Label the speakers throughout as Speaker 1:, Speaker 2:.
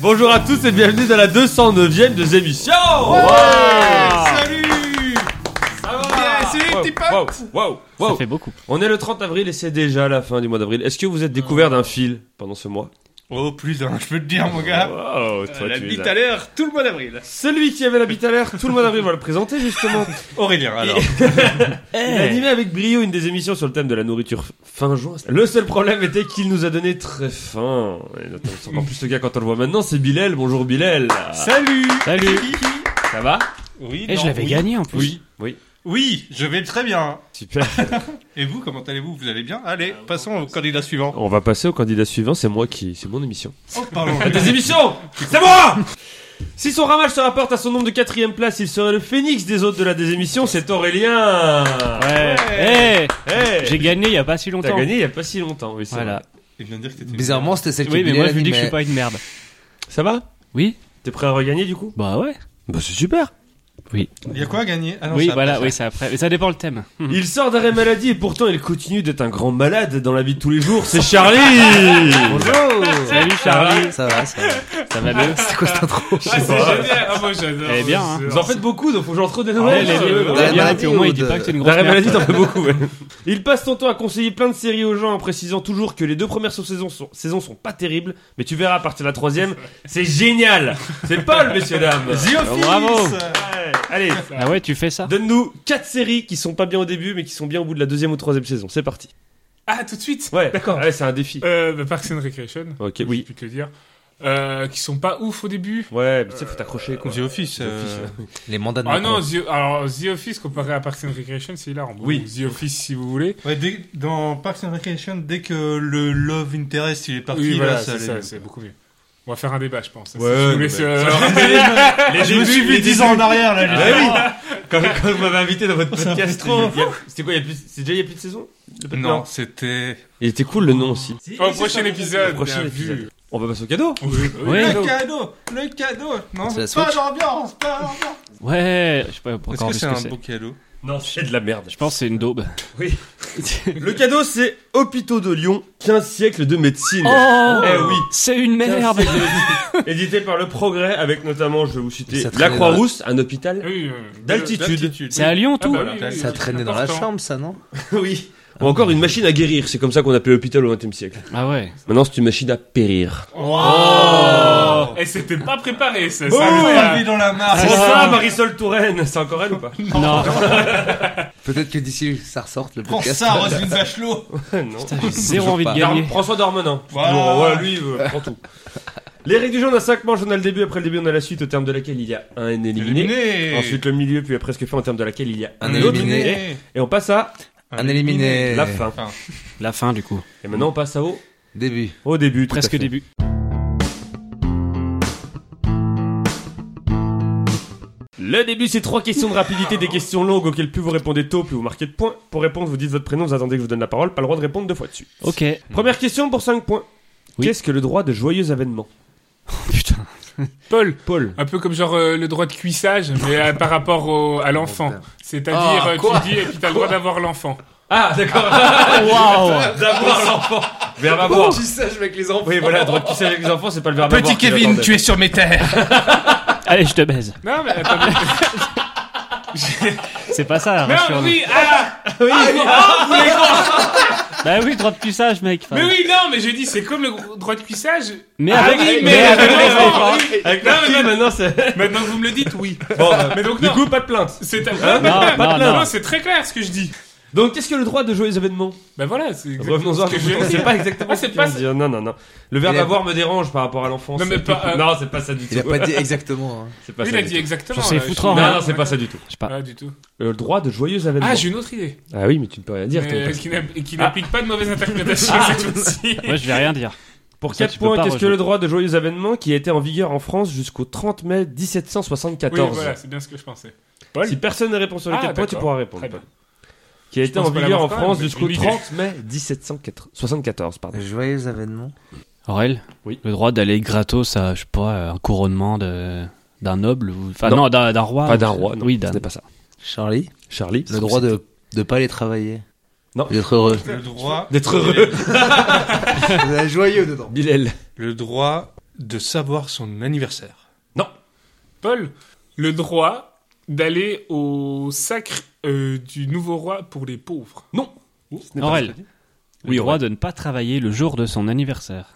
Speaker 1: Bonjour à tous et bienvenue dans la 209ème des émissions
Speaker 2: Salut
Speaker 1: Ça va
Speaker 2: Yeah, salut,
Speaker 1: Wow,
Speaker 2: petit pote
Speaker 1: wow, wow, wow.
Speaker 3: Ça fait beaucoup.
Speaker 1: On est le 30 avril et c'est déjà la fin du mois d'avril. Est-ce que vous êtes découvert d'un fil pendant ce mois
Speaker 2: Oh putain, je peux te dire mon gars
Speaker 1: Wow,
Speaker 2: Euh,
Speaker 1: toi,
Speaker 2: La
Speaker 1: tu es
Speaker 2: bite
Speaker 1: là.
Speaker 2: à l'heure, tout le mois d'avril
Speaker 1: Celui qui avait la bite à l'air, tout le mois d'avril, on va le présenter justement.
Speaker 2: Aurélien, alors
Speaker 3: Eh.
Speaker 1: Il animait avec brio une des émissions sur le thème de la nourriture fin juin. Le seul problème était qu'il nous a donné très faim. Et notamment, c'est encore plus le cas quand on le voit maintenant, c'est Bilal. Bonjour Bilal.
Speaker 2: Salut
Speaker 3: Salut.
Speaker 1: Ça va
Speaker 2: Oui, non,
Speaker 3: Et Eh, je l'avais
Speaker 2: oui.
Speaker 3: gagné en plus.
Speaker 1: Oui. Oui.
Speaker 2: Oui, je vais très bien
Speaker 1: Super.
Speaker 2: Et vous, comment allez-vous Vous allez bien Allez,
Speaker 4: Ah,
Speaker 2: passons au candidat suivant.
Speaker 1: On va passer au candidat suivant, c'est moi qui. C'est mon émission.
Speaker 2: Oh, pardon
Speaker 1: Des émissions C'est moi Si son ramage se rapporte à son nombre de quatrième place, il serait le phénix des autres de la désémission, c'est Aurélien
Speaker 3: Ouais. Eh,
Speaker 1: Hey
Speaker 3: J'ai gagné il y a pas si
Speaker 1: T'as
Speaker 3: longtemps.
Speaker 1: gagné il y a pas si longtemps, oui, c'est
Speaker 3: Voilà.
Speaker 1: vrai.
Speaker 2: Il vient de dire que t'étais...
Speaker 5: Bizarrement, c'était celle qui
Speaker 3: Oui, mais
Speaker 5: bidait
Speaker 3: moi
Speaker 5: la
Speaker 3: je vous dis que je suis
Speaker 5: vie,
Speaker 3: pas une merde.
Speaker 1: Ça va
Speaker 3: Oui
Speaker 1: T'es prêt à regagner du coup
Speaker 3: Bah ouais.
Speaker 1: Bah c'est super
Speaker 2: Il y a quoi à gagner Ah non,
Speaker 3: oui,
Speaker 2: ça-
Speaker 3: voilà, oui, c'est après. Mais ça dépend le thème.
Speaker 1: Il sort d'arrêt maladie et pourtant il continue d'être un grand malade dans la vie de tous les jours, c'est Charlie
Speaker 5: Bonjour
Speaker 3: Salut Charlie,
Speaker 5: Ah, Ça va, ça va.
Speaker 3: ça va bien
Speaker 5: C'est quoi cette intro
Speaker 4: Ah, c'est
Speaker 1: pas.
Speaker 4: génial! Ah, moi j'adore!
Speaker 3: Eh bien, hein.
Speaker 1: Vous en faites beaucoup, donc faut que j'en trouve des
Speaker 3: Ouais,
Speaker 1: nouvelles
Speaker 3: Ah, les
Speaker 1: Euh, ouais.
Speaker 3: deux, ouais,
Speaker 5: D'arrêt
Speaker 3: bien,
Speaker 5: maladie
Speaker 3: puis au moins
Speaker 5: ou
Speaker 3: il dit
Speaker 5: de-
Speaker 3: pas que t'es une grosse
Speaker 1: D'arrêt
Speaker 3: merde.
Speaker 1: maladie, t'en fais beaucoup. ouais. Il passe son temps à conseiller plein de séries aux gens en précisant toujours que les deux premières saisons sont, saisons sont pas terribles, mais tu verras à partir de la troisième, c'est génial. C'est Paul, messieurs dames.
Speaker 2: The Office
Speaker 3: bravo.
Speaker 1: Ouais. Allez,
Speaker 3: Ah ouais, tu fais ça
Speaker 1: donne-nous quatre séries qui sont pas bien au début, mais qui sont bien au bout de la deuxième ou troisième saison. C'est parti.
Speaker 4: Ah, tout de suite!
Speaker 1: Ouais, d'accord. Ouais, c'est un défi.
Speaker 4: Euh, bah, Parks and Recreation,
Speaker 1: Ok,
Speaker 4: je
Speaker 1: oui.
Speaker 4: peux te le dire. Euh, qui sont pas ouf au début.
Speaker 1: Ouais, mais tu sais, faut t'accrocher quoi.
Speaker 2: The Office euh,
Speaker 5: Les mandats de
Speaker 4: Ah
Speaker 5: Macron.
Speaker 4: non, The, alors The Office comparé à Parks and Recreation, c'est hilarant. Bon,
Speaker 1: Oui.
Speaker 4: ou The Office si vous voulez.
Speaker 2: Ouais, dès- dans Parks and Recreation, dès que le Love Interest il est parti,
Speaker 4: oui,
Speaker 2: là,
Speaker 4: voilà,
Speaker 2: ça
Speaker 4: c'est ça,
Speaker 2: allait
Speaker 4: c'est beaucoup mieux. On va faire un débat, je pense.
Speaker 1: Ouais,
Speaker 4: Je vous
Speaker 1: ouais,
Speaker 4: laisse,
Speaker 1: ouais.
Speaker 4: euh,
Speaker 2: mieux. Je me suis vu 10 ans en arrière, là,
Speaker 1: Bah
Speaker 2: justement.
Speaker 1: oui. Quand, quand vous m'avez invité dans votre podcast,
Speaker 2: trop.
Speaker 1: il y a- c'était quoi il y a plus- C'est déjà il y a plus de saison Le-
Speaker 2: Non, c'était...
Speaker 1: Il était cool le nom aussi.
Speaker 4: Au prochain épisode!
Speaker 1: Au prochain
Speaker 4: bien
Speaker 1: épisode.
Speaker 4: vu.
Speaker 1: On va passer au cadeau.
Speaker 4: Oui,
Speaker 3: Oui.
Speaker 4: oui.
Speaker 2: Le cadeau Le cadeau Non,
Speaker 5: C'est la
Speaker 2: pas
Speaker 5: Switch
Speaker 2: d'ambiance, pas d'ambiance
Speaker 3: Ouais, je sais pas
Speaker 2: Est-ce
Speaker 3: encore
Speaker 2: que
Speaker 3: vu
Speaker 2: c'est
Speaker 3: ce que
Speaker 2: un
Speaker 3: c'est.
Speaker 2: beau cadeau
Speaker 1: Non, c'est de la merde.
Speaker 3: Je pense que c'est une daube.
Speaker 1: Le cadeau, c'est Hôpitaux de Lyon, 15 siècles de médecine.
Speaker 3: Oh
Speaker 1: Eh oui.
Speaker 3: C'est une
Speaker 1: 15
Speaker 3: merde
Speaker 1: siècles de médecine. Édité par le Progrès, avec notamment, je vais vous citer,
Speaker 5: Ça
Speaker 1: la
Speaker 5: traînait
Speaker 1: Croix-Rousse, un hôpital
Speaker 4: Oui, euh,
Speaker 1: d'altitude.
Speaker 3: C'est à Lyon
Speaker 4: Ah,
Speaker 3: tout
Speaker 4: bah oui, oui,
Speaker 5: Ça
Speaker 4: oui,
Speaker 5: traînait
Speaker 4: c'est
Speaker 5: dans la
Speaker 4: important.
Speaker 5: chambre, ça, non
Speaker 1: Oui. Ou encore une machine à guérir, c'est comme ça qu'on appelait l'hôpital au XXe siècle.
Speaker 3: Ah ouais.
Speaker 1: Maintenant, c'est une machine à périr.
Speaker 4: Oh! Et c'était pas préparé, ça! ça,
Speaker 2: Oh,
Speaker 4: ça.
Speaker 2: il est dans la mare
Speaker 1: C'est ça, Marisol Touraine C'est encore elle ou pas
Speaker 3: Non,
Speaker 5: Peut-être que d'ici, ça ressorte, le
Speaker 2: Prends
Speaker 5: podcast.
Speaker 2: ça, Roselyne Bachelot
Speaker 1: Non. Ah,
Speaker 3: j'ai zéro
Speaker 5: Toujours
Speaker 3: envie de
Speaker 5: pas.
Speaker 3: gagner.
Speaker 1: François Dormenon.
Speaker 2: Voilà.
Speaker 1: ouais, lui, euh, prend tout. Les règles du jeu, on a 5 manches, on a le début, après le début, on a la suite, au terme de laquelle il y a un éliminé.
Speaker 2: Éliminé
Speaker 1: Ensuite le milieu, puis après presque fin, au terme de laquelle il y a
Speaker 5: Un
Speaker 1: un autre
Speaker 5: éliminé.
Speaker 1: éliminé. Et on passe à
Speaker 5: Un éliminé.
Speaker 1: la fin.
Speaker 3: La fin du coup.
Speaker 1: Et maintenant, on passe à au,
Speaker 5: Début.
Speaker 1: au début. tout à
Speaker 3: Presque
Speaker 1: fait.
Speaker 3: début.
Speaker 1: Le début, c'est trois questions de rapidité, des questions longues auxquelles plus vous répondez tôt, plus vous marquez de points. Pour répondre, vous dites votre prénom, vous attendez que je vous donne la parole, pas le droit de répondre deux fois dessus.
Speaker 3: Ok.
Speaker 1: Première question pour 5 points.
Speaker 3: Oui.
Speaker 1: Qu'est-ce que le droit de joyeux avènement
Speaker 3: Putain.
Speaker 4: Paul!
Speaker 1: Oh, Paul.
Speaker 4: Un peu comme genre euh, le droit de cuissage, mais euh, par rapport au- à l'enfant. C'est-à-dire,
Speaker 5: Ah,
Speaker 4: euh,
Speaker 5: quoi
Speaker 4: tu dis, et puis t'as le droit d'avoir l'enfant.
Speaker 1: Ah, d'accord.
Speaker 3: Waouh
Speaker 1: D'avoir l'enfant. Verbe avoir.
Speaker 5: sais, avec les enfants.
Speaker 1: Oui, voilà, droit de cuisser avec les enfants, c'est pas le verbe avoir qui l'attendait.
Speaker 2: es sur mes terres
Speaker 3: Allez, je te baise.
Speaker 4: Non, mais attendez.
Speaker 3: C'est pas ça,
Speaker 4: non,
Speaker 3: rassure-nous.
Speaker 4: oui, ah,
Speaker 3: Bah oui, droit de cuissage, mec.
Speaker 4: mais oui, non, mais je dis, c'est comme le gro- droit de cuissage.
Speaker 3: Mais
Speaker 4: Ah
Speaker 3: avec,
Speaker 4: oui, mais
Speaker 3: mais
Speaker 4: avec
Speaker 3: avec
Speaker 4: les
Speaker 3: les
Speaker 4: enfants.
Speaker 3: enfants.
Speaker 4: oui.
Speaker 1: Avec
Speaker 4: Non,
Speaker 1: la
Speaker 4: mais
Speaker 1: fille,
Speaker 4: non.
Speaker 1: maintenant, c'est.
Speaker 4: Maintenant que vous me le dites, oui.
Speaker 1: Bon, bah,
Speaker 4: Mais donc,
Speaker 1: du
Speaker 4: non.
Speaker 1: coup, pas de plainte.
Speaker 4: C'est
Speaker 3: Ah, non,
Speaker 4: non,
Speaker 3: non.
Speaker 4: c'est très clair ce que je dis.
Speaker 1: Donc, qu'est-ce que le droit de joyeux avènement
Speaker 4: Ben voilà, c'est exactement
Speaker 1: Revenons-en.
Speaker 4: ce que je viens de
Speaker 1: C'est
Speaker 4: dire.
Speaker 1: pas exactement
Speaker 4: Ah,
Speaker 1: ce
Speaker 4: c'est
Speaker 1: qu'il
Speaker 4: pas
Speaker 1: vient de dire. Non, non, non. Le verbe
Speaker 5: Il a-
Speaker 1: avoir me dérange par rapport à l'enfance.
Speaker 4: Non, mais pas, euh,
Speaker 1: Non, c'est pas ça du tout.
Speaker 5: Il a pas dit exactement. hein.
Speaker 1: Bah, C'est pas
Speaker 4: Lui,
Speaker 1: ça
Speaker 4: Il a
Speaker 1: du
Speaker 4: dit
Speaker 1: tout.
Speaker 4: exactement.
Speaker 3: Je sais
Speaker 4: là,
Speaker 3: foutre
Speaker 4: suis-
Speaker 3: en rien.
Speaker 1: Non, non, c'est pas ça du tout.
Speaker 3: Je sais pas.
Speaker 4: Pas Ah, du tout.
Speaker 1: Euh, Le droit de joyeux avènement.
Speaker 4: Ah, j'ai une autre idée. Euh,
Speaker 1: Ah oui, mais tu ne peux rien dire. t'es
Speaker 4: Mais
Speaker 1: pas-
Speaker 4: Qui n'a- qui
Speaker 3: Ah.
Speaker 4: n'applique pas de mauvaise interprétation cette fois-ci.
Speaker 3: Moi, je vais rien dire.
Speaker 1: Pour
Speaker 3: Ça,
Speaker 1: 4
Speaker 3: tu peux
Speaker 1: points,
Speaker 3: pas
Speaker 1: qu'est-ce que
Speaker 3: rejouer.
Speaker 1: le droit de joyeux avènement qui a été en vigueur en France jusqu'au 30 mai
Speaker 4: Oui,
Speaker 1: 1774
Speaker 4: voilà, c'est bien ce que je pensais.
Speaker 1: Si personne ne répond sur les
Speaker 4: Ah,
Speaker 1: 4 points, tu
Speaker 4: d'accord.
Speaker 1: pourras répondre.
Speaker 4: Très bien.
Speaker 1: Qui a
Speaker 4: Je
Speaker 1: été en
Speaker 4: pense pas
Speaker 1: vigueur en
Speaker 4: l'avoir quand
Speaker 1: France
Speaker 4: même,
Speaker 1: jusqu'au
Speaker 4: mais
Speaker 1: 30 mai 1774. Pardon.
Speaker 5: Joyeux avènement.
Speaker 3: Aurel,
Speaker 1: Oui.
Speaker 3: le droit d'aller gratos à, je sais pas, un couronnement de- d'un noble ou. Enfin,
Speaker 1: Non.
Speaker 3: non, d'un d'un roi.
Speaker 1: Pas Ah, d'un roi, non,
Speaker 3: Oui,
Speaker 1: ce
Speaker 3: d'un.
Speaker 1: n'est pas ça.
Speaker 5: Charlie.
Speaker 1: Charlie,
Speaker 5: Le droit de de pas aller travailler.
Speaker 1: Non.
Speaker 5: D'être heureux.
Speaker 2: Le droit...
Speaker 1: d'être heureux.
Speaker 5: joyeux dedans.
Speaker 1: Bilal.
Speaker 2: Le droit de savoir son anniversaire.
Speaker 4: Paul, le droit d'aller au sacre euh, du nouveau roi pour les pauvres.
Speaker 1: Ce n'est pas
Speaker 3: Aurel.
Speaker 1: ce que dit.
Speaker 3: Oui, roi de ne pas travailler le jour de son anniversaire.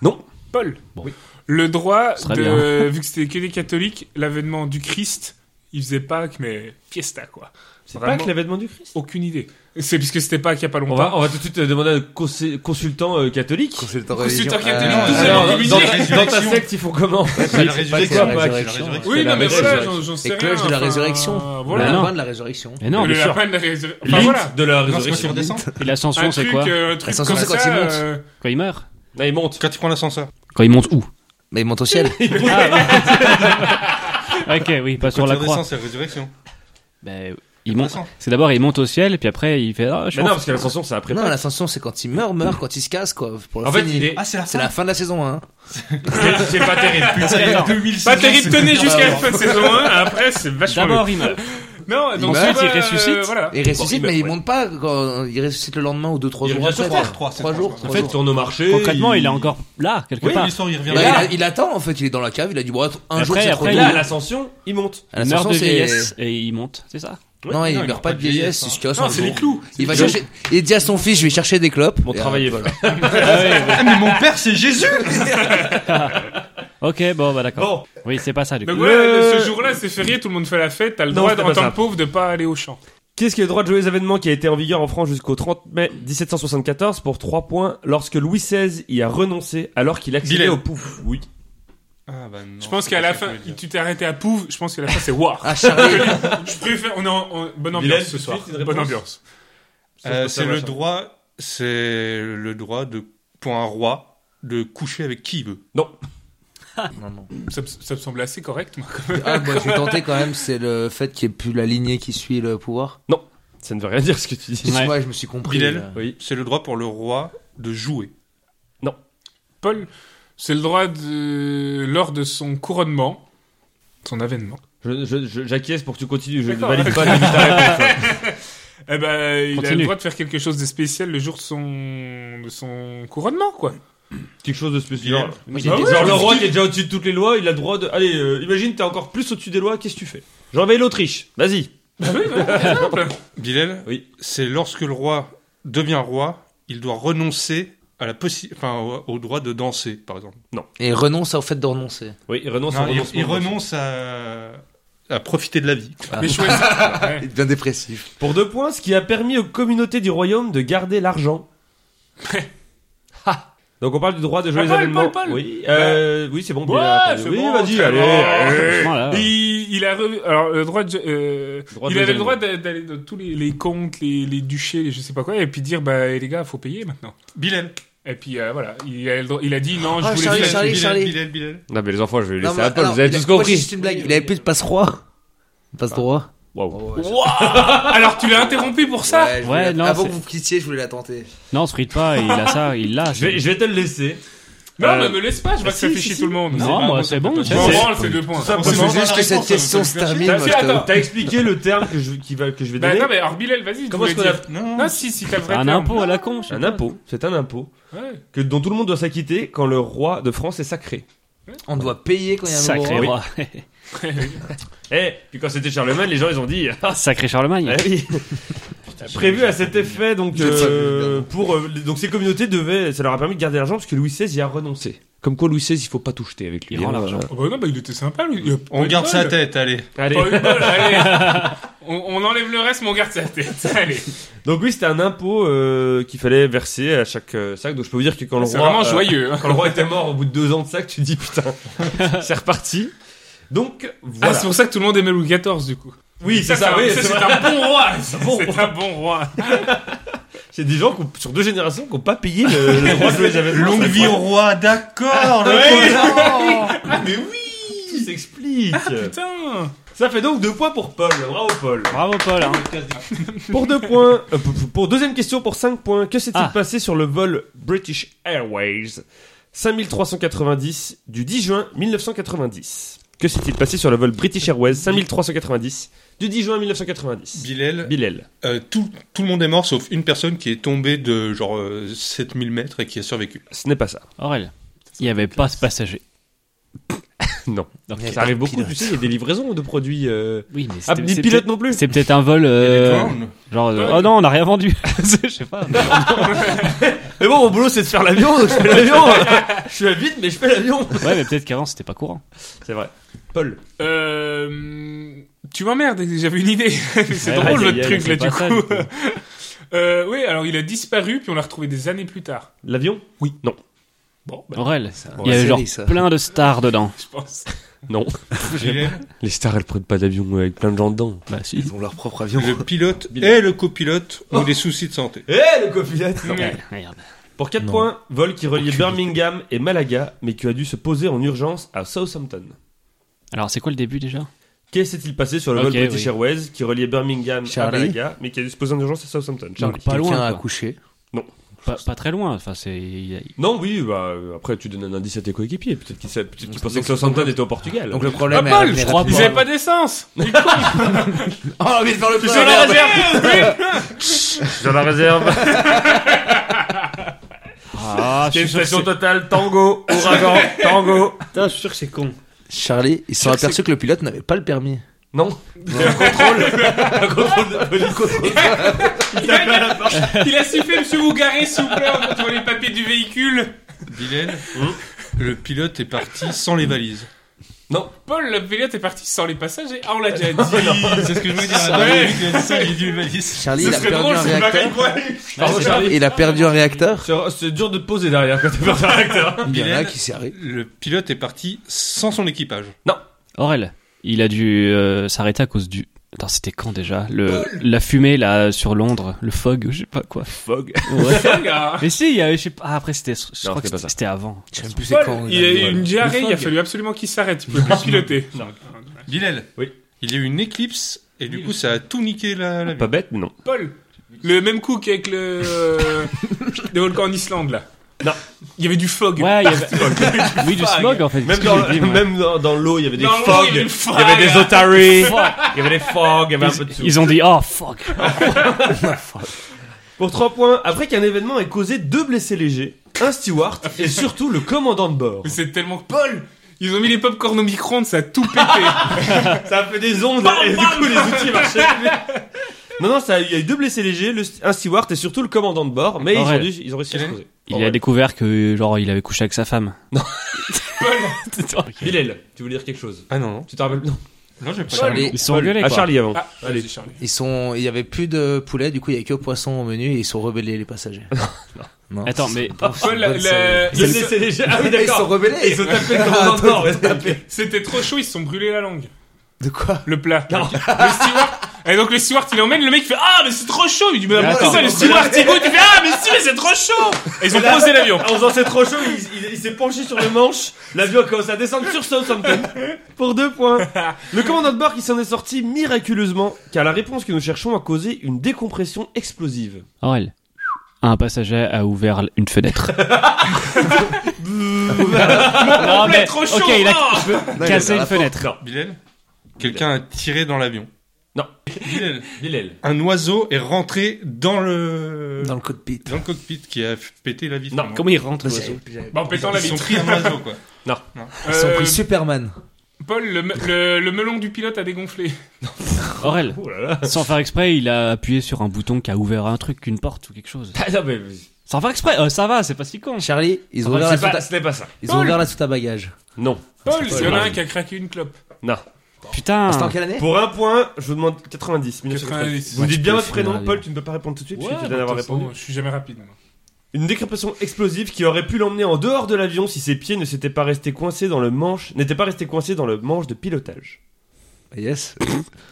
Speaker 4: Paul,
Speaker 3: Bon.
Speaker 4: le droit
Speaker 3: Ce serait
Speaker 4: de... Vu que c'était que des catholiques, l'avènement du Christ, il faisait Pâques, mais fiesta, quoi.
Speaker 1: C'est
Speaker 4: Vraiment.
Speaker 1: pas que l'avènement du Christ.
Speaker 4: Aucune idée. C'est puisque c'était Pâques il n'y a pas
Speaker 1: On
Speaker 4: longtemps.
Speaker 1: va, on va tout de suite euh, demander à un conse- consultant euh, catholique.
Speaker 5: Consultant
Speaker 4: Consultant
Speaker 5: religion.
Speaker 4: catholique,
Speaker 5: Ah,
Speaker 4: tout seul.
Speaker 1: Alors,
Speaker 4: la
Speaker 1: dans,
Speaker 4: musique,
Speaker 1: dans-
Speaker 4: la
Speaker 1: dans ta secte, ils font comment
Speaker 5: c'est la
Speaker 1: C'est
Speaker 5: résurrection,
Speaker 1: quoi,
Speaker 5: la
Speaker 1: Pâques
Speaker 5: résurrection.
Speaker 4: Oui,
Speaker 1: C'est
Speaker 4: non,
Speaker 1: la
Speaker 4: mais voilà,
Speaker 1: résurrection.
Speaker 4: j'en j'en sais
Speaker 5: Les
Speaker 4: rien.
Speaker 5: cloches de la
Speaker 4: enfin,
Speaker 5: résurrection.
Speaker 4: Voilà.
Speaker 3: Bah
Speaker 5: La
Speaker 3: non.
Speaker 5: fin de la résurrection.
Speaker 3: Mais non,
Speaker 4: Le
Speaker 3: bien sûr.
Speaker 4: lapin de la résurrection. Enfin,
Speaker 1: L'hymne
Speaker 4: voilà.
Speaker 1: de la
Speaker 2: Non, c'est quand
Speaker 1: résurrection.
Speaker 2: il redescend.
Speaker 3: Et
Speaker 4: Un
Speaker 3: l'ascension, c'est
Speaker 4: truc,
Speaker 3: quoi
Speaker 4: euh, un truc
Speaker 5: L'ascension,
Speaker 4: comme
Speaker 5: c'est quand
Speaker 4: ça,
Speaker 5: il monte.
Speaker 4: euh,
Speaker 3: Quand il meurt
Speaker 1: Ah, il monte.
Speaker 2: Quand tu prends l'ascenseur.
Speaker 3: Quand il monte où
Speaker 5: Mais il monte au ciel.
Speaker 3: Ok, oui, pas sur
Speaker 2: Quand
Speaker 3: la
Speaker 2: tu
Speaker 3: croix.
Speaker 2: redescends, c'est la résurrection.
Speaker 3: Ben, il monte.
Speaker 2: Descend.
Speaker 3: C'est d'abord il monte au ciel, puis après il fait. Ah, je
Speaker 1: Mais non,
Speaker 3: m'en fous.
Speaker 1: parce que l'ascension, c'est après.
Speaker 5: non,
Speaker 1: Pâques.
Speaker 5: l'ascension, c'est quand il meurt, meurt, quand il se casse, quoi. Pour la
Speaker 1: En fait,
Speaker 5: finir.
Speaker 1: il est.
Speaker 2: Ah, c'est la fin.
Speaker 5: C'est la fin de la saison hein. 1.
Speaker 1: C'est c'est pas terrible.
Speaker 2: Putain, 2006.
Speaker 4: Pas terrible, tenez
Speaker 5: dur
Speaker 4: jusqu'à
Speaker 5: à
Speaker 4: la fin de saison 1, après c'est vachement
Speaker 3: D'abord il meurt.
Speaker 4: mieux. Non, donc
Speaker 3: meurt,
Speaker 4: c'est
Speaker 3: il
Speaker 4: pas,
Speaker 3: ressuscite.
Speaker 4: euh, voilà.
Speaker 5: Il ressuscite,
Speaker 1: Bon, il
Speaker 5: mais il
Speaker 1: meurt,
Speaker 5: monte pas. Quand... Il ressuscite le lendemain ou 2-3
Speaker 1: Il
Speaker 5: jours
Speaker 1: revient sur
Speaker 5: après.
Speaker 1: Terre,
Speaker 2: trois, c'est
Speaker 5: 3
Speaker 2: trois,
Speaker 5: jours.
Speaker 2: je
Speaker 1: En
Speaker 5: trois
Speaker 1: fait, il
Speaker 5: jours.
Speaker 1: tourne au marché.
Speaker 3: Concrètement, il est encore là, quelque
Speaker 2: Oui,
Speaker 3: part.
Speaker 2: l'histoire, il revient.
Speaker 5: Bah,
Speaker 2: là.
Speaker 5: il, il attend, en fait, il est dans la cave, il a du bon, attends, un
Speaker 3: Après,
Speaker 5: jour c'est trop
Speaker 3: après,
Speaker 1: Et
Speaker 5: tôt.
Speaker 1: là, à l'ascension, il monte.
Speaker 5: À
Speaker 3: Il meurt
Speaker 5: l'ascension,
Speaker 3: de
Speaker 5: c'est-
Speaker 3: vieillesse et il monte, c'est ça
Speaker 5: Non, il
Speaker 2: non,
Speaker 5: meurt pas de vieillesse, il se casse.
Speaker 4: Non,
Speaker 5: un
Speaker 4: c'est les
Speaker 5: jour.
Speaker 4: clous.
Speaker 5: Il va
Speaker 1: les clous.
Speaker 5: chercher. Il dit à son fils, je vais chercher des clopes.
Speaker 1: Bon,
Speaker 5: Et,
Speaker 1: travaillez,
Speaker 5: euh, voilà.
Speaker 2: Ah, mais mon père, c'est Jésus
Speaker 3: Ok, bon, bah d'accord.
Speaker 1: Bon,
Speaker 3: Oui, c'est pas ça du coup.
Speaker 4: Donc voilà,
Speaker 1: Le-
Speaker 4: ce jour-là, c'est férié, tout le monde fait la fête, t'as le
Speaker 1: Non,
Speaker 4: droit,
Speaker 1: c'était
Speaker 4: en
Speaker 1: pas
Speaker 4: tant
Speaker 1: ça.
Speaker 4: que pauvre, de pas aller au champ.
Speaker 1: qu'est-ce que le droit de joyeux événement qui a été en vigueur en France jusqu'au 30 mai 1774 pour 3 points lorsque Louis XVI y a renoncé alors qu'il accédait
Speaker 2: Bilel.
Speaker 1: au pouf Oui.
Speaker 2: Ah, bah non.
Speaker 4: Je pense qu'à la fin, tu t'es arrêté à Pouve, je pense qu'à la fin, c'est War.
Speaker 5: Ah, Charlie.
Speaker 4: Je préfère, on est en, en- bonne ambiance
Speaker 1: Bilal, tout
Speaker 4: ce
Speaker 1: de
Speaker 4: soir.
Speaker 1: suite, une
Speaker 4: bonne
Speaker 1: réponse
Speaker 4: ambiance.
Speaker 2: Euh, c'est
Speaker 1: Ça va,
Speaker 2: le
Speaker 1: ça va.
Speaker 2: droit, c'est le droit de pour un roi de coucher avec qui il veut.
Speaker 5: Non, non.
Speaker 4: Ça, me- ça me semble assez correct, moi.
Speaker 5: Ah, moi, je vais tenter quand même, c'est le fait qu'il n'y ait plus la lignée qui suit le pouvoir.
Speaker 1: Ça ne veut rien dire ce que tu dis.
Speaker 3: Ouais.
Speaker 5: Moi, je me suis compris. euh,
Speaker 2: Bilal.
Speaker 5: là.
Speaker 1: Oui.
Speaker 2: C'est le droit pour le roi de jouer.
Speaker 4: Paul, c'est le droit de, lors de son couronnement, son avènement.
Speaker 1: Je- je- je- J'acquiesce pour que tu continues. Je ne
Speaker 4: D'accord.
Speaker 1: valide pas la ta réponse.
Speaker 4: Eh ben, il a
Speaker 3: Continue.
Speaker 4: le droit de faire quelque chose de spécial le jour de son, de son couronnement, quoi.
Speaker 1: Quelque chose de spécial.
Speaker 2: Bilal.
Speaker 3: Oui,
Speaker 4: Ah
Speaker 3: il
Speaker 4: ouais,
Speaker 3: était-
Speaker 1: Genre le
Speaker 4: parce
Speaker 1: roi
Speaker 4: que-
Speaker 1: qui est déjà au-dessus de toutes les lois, il a le droit de. Allez, euh, imagine, t'es encore plus au-dessus des lois, qu'est-ce que tu fais J'envahis l'Autriche, vas-y.
Speaker 2: Bilal,
Speaker 1: Oui.
Speaker 2: c'est lorsque le roi devient roi, il doit renoncer à la possi- enfin, au, au droit de danser, par exemple.
Speaker 5: Et renonce au fait de renoncer.
Speaker 1: Oui, il renonce au
Speaker 2: Non, il,
Speaker 1: renoncement.
Speaker 2: il renonce à, à profiter de la vie.
Speaker 4: Mais choisis. Ouais.
Speaker 5: Il devient dépressif.
Speaker 1: Pour deux points, ce qui a permis aux communautés du royaume de garder l'argent. Ha. Donc on parle du droit de jouer les
Speaker 4: Paul,
Speaker 1: événements.
Speaker 4: Paul, Paul.
Speaker 1: Oui, euh, oui c'est bon.
Speaker 4: Ouais,
Speaker 1: Bilal, attendez.
Speaker 4: c'est
Speaker 1: oui,
Speaker 4: bon,
Speaker 1: vas-y,
Speaker 4: c'est
Speaker 1: allez.
Speaker 4: bon.
Speaker 1: allez.
Speaker 3: Franchement, là,
Speaker 4: Il, il a revu- alors le droit de, euh,
Speaker 1: Droit
Speaker 4: il
Speaker 1: de
Speaker 4: avait
Speaker 1: Jeanne.
Speaker 4: le droit d'a- d'aller dans tous les, les comptes, les, les duchés, les je sais pas quoi, et puis dire bah eh, les gars, faut payer maintenant.
Speaker 2: Bilal.
Speaker 4: Et puis euh, voilà, il a, le droit- il a dit non, je
Speaker 5: Ah,
Speaker 4: voulais
Speaker 5: Charlie,
Speaker 4: faire-
Speaker 5: Charlie,
Speaker 2: Bilal,
Speaker 5: Charlie.
Speaker 2: Bilal, Bilal.
Speaker 1: Non mais les enfants, je vais
Speaker 5: Non,
Speaker 1: laisser
Speaker 5: mais
Speaker 1: à Paul.
Speaker 5: alors,
Speaker 1: Vous avez
Speaker 5: il a-
Speaker 1: tous
Speaker 5: moi,
Speaker 1: compris.
Speaker 5: juste une blague. Il avait plus de passe-roi. Passe-droit.
Speaker 1: Waouh.
Speaker 4: Alors tu l'as interrompu pour ça
Speaker 5: je
Speaker 3: Ouais,
Speaker 5: voulais-
Speaker 3: non,
Speaker 5: Avant
Speaker 3: c'est-
Speaker 5: que vous quittiez, je voulais la tenter.
Speaker 3: Non, se frite pas, il a ça, il l'a.
Speaker 1: Je vais, je vais te le laisser.
Speaker 4: Non,
Speaker 1: Euh,
Speaker 4: mais me laisse pas, je vois
Speaker 1: bah,
Speaker 4: que
Speaker 1: si,
Speaker 4: ça fait
Speaker 1: si,
Speaker 4: chier
Speaker 1: si.
Speaker 4: tout le monde.
Speaker 3: Non,
Speaker 2: pas
Speaker 3: moi,
Speaker 2: bon,
Speaker 3: c'est
Speaker 2: c'est
Speaker 3: bon,
Speaker 2: pas
Speaker 4: Je
Speaker 3: tiens,
Speaker 4: m'en
Speaker 1: bon.
Speaker 3: c'est-
Speaker 4: branle, c'est deux points. Bah,
Speaker 1: Tout ça
Speaker 5: Je
Speaker 1: pour
Speaker 5: voulais
Speaker 1: savoir-
Speaker 5: juste que cette question se termine.
Speaker 1: T'as
Speaker 5: parce que-
Speaker 4: attends.
Speaker 1: t'as expliqué le terme que je, qui va, que je vais
Speaker 4: Bah
Speaker 1: donner.
Speaker 4: non, mais alors Bilal, vas-y, tu
Speaker 1: Comment
Speaker 4: voulais
Speaker 1: est-ce qu'on a-
Speaker 4: dire.
Speaker 2: Non.
Speaker 4: Non, si, si, t'as le vrai
Speaker 3: un
Speaker 4: terme.
Speaker 3: impôt à la con. je sais
Speaker 1: Un
Speaker 3: pas.
Speaker 1: impôt. C'est un impôt
Speaker 4: Ouais.
Speaker 1: que dont tout le monde doit s'acquitter quand le roi de France est sacré.
Speaker 5: On doit payer quand il y a un nouveau
Speaker 3: Sacré
Speaker 5: roi.
Speaker 3: roi.
Speaker 1: Eh, puis quand c'était Charlemagne, les gens ils ont dit
Speaker 3: Ah, Sacré Charlemagne.
Speaker 1: Eh oui. Prévu à cet effet, donc
Speaker 5: Je le
Speaker 1: euh, pour euh, les- donc ces communautés devaient, ça leur a permis de garder l'argent parce que Louis XVI y a renoncé. Comme quoi Louis XVI, il faut pas tout jeter avec lui.
Speaker 3: Il rend l'argent.
Speaker 4: Oh, bah non, bah il était sympa lui. Il a pas
Speaker 2: On
Speaker 4: eu
Speaker 2: garde
Speaker 4: de
Speaker 2: sa
Speaker 4: bol.
Speaker 2: tête, allez.
Speaker 1: Allez.
Speaker 4: Pas eu de bol, allez. On on enlève le reste, mais on garde sa tête. Allez.
Speaker 1: Donc oui, c'était un impôt euh, qu'il fallait verser à chaque euh, sac. Donc je peux vous dire que quand le
Speaker 4: C'est
Speaker 1: roi,
Speaker 4: vraiment
Speaker 1: euh,
Speaker 4: joyeux. hein.
Speaker 1: quand le roi était mort au bout de deux ans de sac, tu te dis putain, c'est reparti. Donc
Speaker 4: Ah,
Speaker 1: voilà.
Speaker 4: c'est pour ça que tout le monde aimait Louis XIV du coup.
Speaker 1: oui, c'est ça.
Speaker 4: un-
Speaker 1: oui,
Speaker 4: ça,
Speaker 1: c'est
Speaker 4: c'est
Speaker 1: vrai.
Speaker 4: un bon roi. C'est
Speaker 1: bon
Speaker 4: c'est un bon roi.
Speaker 1: C'est des gens qui ont- sur deux générations qui n'ont pas payé le, le droit de jouer les événements.
Speaker 2: Longue
Speaker 1: C'est
Speaker 2: vie au roi, d'accord. le
Speaker 1: Ouais.
Speaker 2: roi.
Speaker 4: Ah, mais oui,
Speaker 1: Tout s'explique.
Speaker 4: putain.
Speaker 1: Ça fait donc deux points pour Paul. Bravo Paul.
Speaker 3: Bravo, Paul. hein.
Speaker 1: Pour deux points, euh, pour- pour- pour deuxième question pour cinq points, que s'est-il
Speaker 3: Ah.
Speaker 1: passé sur le vol British Airways 5390 du 10 juin 1990 Que s'est-il passé sur le vol British Airways 5390 du 10 juin 1990
Speaker 2: Bilal,
Speaker 1: Bilal.
Speaker 2: euh, tout, tout le monde est mort sauf une personne qui est tombée de genre euh, 7000 mètres et qui a survécu.
Speaker 1: Ce n'est pas ça.
Speaker 3: Aurel, il n'y avait pas ce passager.
Speaker 1: Non.
Speaker 3: Ok.
Speaker 1: Ça arrive beaucoup, tu sais, il y a des livraisons de produits. euh,
Speaker 3: Oui, mais c'est
Speaker 1: Ah, ni
Speaker 3: c'est
Speaker 1: pilote
Speaker 3: peut-être-
Speaker 1: non plus
Speaker 3: C'est peut-être un vol. euh, genre, euh, oh non, on n'a rien vendu. Je sais pas.
Speaker 1: Mais bon, mon boulot c'est de faire l'avion, donc je fais l'avion Je suis à vide, mais je fais l'avion
Speaker 3: Ouais, mais peut-être qu'avant c'était pas courant.
Speaker 1: C'est vrai. Paul.
Speaker 4: Euh, tu m'emmerdes, j'avais une idée. c'est
Speaker 3: Ouais,
Speaker 4: drôle
Speaker 3: vas-y,
Speaker 4: votre
Speaker 3: y a-
Speaker 4: truc
Speaker 3: c'est
Speaker 4: là du
Speaker 3: pas ça, du
Speaker 4: coup.
Speaker 3: coup.
Speaker 4: Euh, oui, alors il a disparu puis on l'a retrouvé des années plus tard.
Speaker 1: L'avion Oui. Non.
Speaker 4: Bon, bah,
Speaker 3: Aurel,
Speaker 5: Bon,
Speaker 3: il y
Speaker 5: la
Speaker 3: a genre
Speaker 5: série, ça.
Speaker 3: plein de stars dedans.
Speaker 4: je pense.
Speaker 1: Non. Les stars elles prennent pas d'avion avec plein de gens dedans.
Speaker 3: Bah si.
Speaker 5: Ils ont leur propre avion.
Speaker 2: Le pilote et le copilote ont des soucis de santé.
Speaker 1: Eh le copilote
Speaker 4: Mais-
Speaker 3: Merde.
Speaker 1: Pour 4 points, vol qui reliait Birmingham et Malaga, mais qui a dû se poser en urgence à Southampton.
Speaker 3: Alors c'est quoi le début déjà
Speaker 1: Qu'est-ce qui s'est-il passé sur le
Speaker 3: Ok,
Speaker 1: vol British
Speaker 3: oui.
Speaker 1: Airways qui reliait Birmingham
Speaker 5: Charlie.
Speaker 1: à Malaga, mais qui a dû se poser en urgence à Southampton Charlie.
Speaker 3: Donc, pas
Speaker 5: Quelqu'un
Speaker 3: loin.
Speaker 5: a
Speaker 3: quoi.
Speaker 5: accouché.
Speaker 3: Pas, pas très loin. Enfin c'est. il y a-
Speaker 1: Non, oui, bah euh, après tu donnes un indice à tes coéquipiers. Peut-être qu'ils sa- peut-être qu'ils pensaient que
Speaker 5: Donc,
Speaker 1: Southampton était au Portugal.
Speaker 5: Donc le
Speaker 4: Ah,
Speaker 5: problème est.
Speaker 4: Paul,
Speaker 5: revenez
Speaker 4: je crois
Speaker 5: rapidement.
Speaker 4: Ils avaient pas d'essence.
Speaker 5: Oh, mais dans le
Speaker 4: Sur la réserve.
Speaker 1: Sur la réserve,
Speaker 3: Ah, je suis sûr que c'est-
Speaker 1: totale, tango, ouragan, tango.
Speaker 3: Putain, je suis sûr que c'est con.
Speaker 5: Charlie, ils se sont aperçus que le pilote n'avait pas le permis.
Speaker 1: Non, c'est un contrôle. un contrôle de police.
Speaker 4: il, a, il a sifflé Monsieur Bougaré, s'il vous plaît, on retrouve les papiers du véhicule.
Speaker 2: Dylan, Oh. le pilote est parti sans les valises.
Speaker 4: Paul, la pilote est partie sans les passagers. Ah, on l'a déjà dit.
Speaker 2: C'est ce que je veux
Speaker 4: Ouais.
Speaker 2: dire.
Speaker 5: Charlie,
Speaker 4: Ce
Speaker 5: il a
Speaker 4: serait
Speaker 5: perdu
Speaker 4: drôle
Speaker 5: un
Speaker 4: si Bougaré
Speaker 5: réacteur.
Speaker 4: pouvait-
Speaker 1: Pardon, Charlie.
Speaker 5: Il a perdu un réacteur.
Speaker 1: Ah, C'est- C'est dur de te poser derrière quand t'es pas un acteur.
Speaker 5: Il y en a
Speaker 2: Dylan,
Speaker 5: qui s'y arrivent.
Speaker 2: le pilote est parti sans son équipage.
Speaker 3: Aurel, il a dû euh, s'arrêter à cause du. Attends, c'était quand déjà le, La fumée là sur Londres, le fog, je sais pas quoi.
Speaker 1: Fog.
Speaker 3: Ouais.
Speaker 4: Regarde.
Speaker 3: Mais si, il y avait, je sais pas. Ah, après c'était. Je
Speaker 1: Non,
Speaker 3: crois que
Speaker 1: c'était pas ça.
Speaker 3: c'était avant.
Speaker 5: Je sais même plus c'est quand.
Speaker 4: Paul, il a eu une diarrhée,
Speaker 2: Le
Speaker 4: il a
Speaker 2: fog.
Speaker 4: fallu absolument qu'il s'arrête. Il pouvait plus piloter.
Speaker 2: Bilal,
Speaker 1: Oui.
Speaker 2: il y a eu une éclipse et du coup ça a tout niqué la, la vie.
Speaker 1: Pas bête, mais non.
Speaker 4: Paul, le même coup qu'avec le euh, le volcan en Islande là.
Speaker 1: Non.
Speaker 4: Il y avait du fog.
Speaker 3: Ouais, il y avait. oui, du smog en fait.
Speaker 1: Même
Speaker 3: c'est ce
Speaker 1: dans,
Speaker 3: que j'ai dit, moi.
Speaker 1: même dans, dans l'eau, il y avait des
Speaker 4: Dans l'eau,
Speaker 1: fogs,
Speaker 4: il y avait des
Speaker 1: il y avait des
Speaker 4: fogs.
Speaker 1: otaries, il y avait des fogs, il y avait un peu de
Speaker 3: Ils,
Speaker 1: tout.
Speaker 3: ils ont dit oh fuck.
Speaker 1: Pour 3 points, après qu'un événement ait causé deux blessés légers, un steward et surtout le commandant de bord.
Speaker 4: Mais C'est tellement Paul. Ils ont mis les pop au micro-ondes, ça a tout pété.
Speaker 1: Ça a fait des ondes et du coup les outils marchaient plus. Non, non, ça, il y a eu deux blessés légers, le- un steward et surtout le commandant de bord, mais ils ont,
Speaker 3: Aurel.
Speaker 1: dû- ils ont réussi à se
Speaker 2: Aurel.
Speaker 1: poser.
Speaker 3: Il
Speaker 1: Aurel.
Speaker 3: a découvert que genre il avait couché avec sa femme.
Speaker 1: Bilal, tu veux dire quelque chose
Speaker 2: Ah non, non.
Speaker 1: Tu te rappelles Non.
Speaker 2: Non, j'ai pas
Speaker 5: Charlie,
Speaker 3: Ils se sont engueulés
Speaker 1: à
Speaker 3: quoi.
Speaker 1: Charlie avant.
Speaker 4: Ah,
Speaker 1: Allez.
Speaker 4: allez, Charlie.
Speaker 5: ils sont, il y avait plus de poulet, du coup il y avait que poisson au menu et ils sont rebellés les passagers. Non.
Speaker 3: Attends, mais
Speaker 4: Paul, la- la-
Speaker 1: Deux
Speaker 4: ils se-
Speaker 1: blessés légers. Ah oui,
Speaker 5: ils sont
Speaker 1: d'accord.
Speaker 5: rebellés.
Speaker 1: Ils se tapaient le commandant de bord. ils se tapaient.
Speaker 4: c'était trop chaud, ils se sont brûlés la langue.
Speaker 5: De quoi
Speaker 4: Le plat. Le steward. Et donc le steward il emmène, le mec il fait Ah, mais c'est trop chaud! Il dit Mais
Speaker 3: Mais
Speaker 4: attends,
Speaker 3: attends.
Speaker 4: ça, le steward il goûte, il fait Ah, mais si, mais c'est trop chaud! Et ils ont posé l'avion.
Speaker 1: En faisant c'est trop chaud, il, il- il s'est penché sur le manche. L'avion a commencé à descendre sur Southampton. Pour deux points. Le commandant de bord qui s'en est sorti miraculeusement, car la réponse que nous cherchons a causé une décompression explosive.
Speaker 3: Aurel, un passager a ouvert l- une fenêtre.
Speaker 1: Ah,
Speaker 3: non
Speaker 4: mais trop chaud, Ah.
Speaker 3: ok, il a
Speaker 4: non
Speaker 3: cassé
Speaker 5: la
Speaker 3: une fenêtre.
Speaker 2: Bilal, quelqu'un a tiré dans l'avion.
Speaker 1: Non.
Speaker 2: Bilal,
Speaker 1: Bilal.
Speaker 2: un oiseau est rentré dans le
Speaker 5: Dans le cockpit.
Speaker 2: dans le cockpit qui a f- pété la vitre.
Speaker 1: Non,
Speaker 2: Vraiment.
Speaker 3: Comment il rentre
Speaker 5: Ils
Speaker 4: Bah, en pétant la
Speaker 2: ils sont
Speaker 4: vitre.
Speaker 2: pris un oiseau quoi.
Speaker 5: sont
Speaker 4: Euh,
Speaker 5: pris Superman.
Speaker 4: Paul, le, me- le- le melon du pilote a dégonflé.
Speaker 3: Aurel,
Speaker 1: Oh là là.
Speaker 3: sans faire exprès, il a appuyé sur un bouton qui a ouvert un truc, une porte ou quelque chose.
Speaker 1: Ah, non, mais-
Speaker 3: Sans faire exprès, euh, ça va, c'est pas si con.
Speaker 5: Charlie, ils ont
Speaker 1: Enfin,
Speaker 5: ouvert la
Speaker 1: c'est pas-
Speaker 5: soute à,
Speaker 1: ce n'est pas ça.
Speaker 5: ils ont
Speaker 4: Paul.
Speaker 5: ouvert la soute à bagages.
Speaker 1: Non.
Speaker 4: Paul, il y en a
Speaker 1: Paul.
Speaker 4: un qui a craqué une clope.
Speaker 1: Non.
Speaker 3: Putain.
Speaker 5: C'était en quelle année
Speaker 1: Pour un point, je vous demande 90.
Speaker 4: 90.
Speaker 1: Vous me
Speaker 5: Ouais,
Speaker 1: dites
Speaker 5: tu
Speaker 1: bien
Speaker 5: peux
Speaker 1: votre
Speaker 5: finir
Speaker 1: prénom.
Speaker 5: la
Speaker 1: Paul,
Speaker 5: vie.
Speaker 1: tu ne peux pas répondre tout de suite puisque tu
Speaker 4: Ouais,
Speaker 1: viens d'avoir
Speaker 4: attends,
Speaker 1: répondu.
Speaker 4: Je suis jamais rapide. moi.
Speaker 1: Une décompression explosive qui aurait pu l'emmener en dehors de l'avion si ses pieds ne s'étaient pas restés coincés dans le manche, n'étaient pas restés coincés dans le manche de pilotage.
Speaker 5: Yes.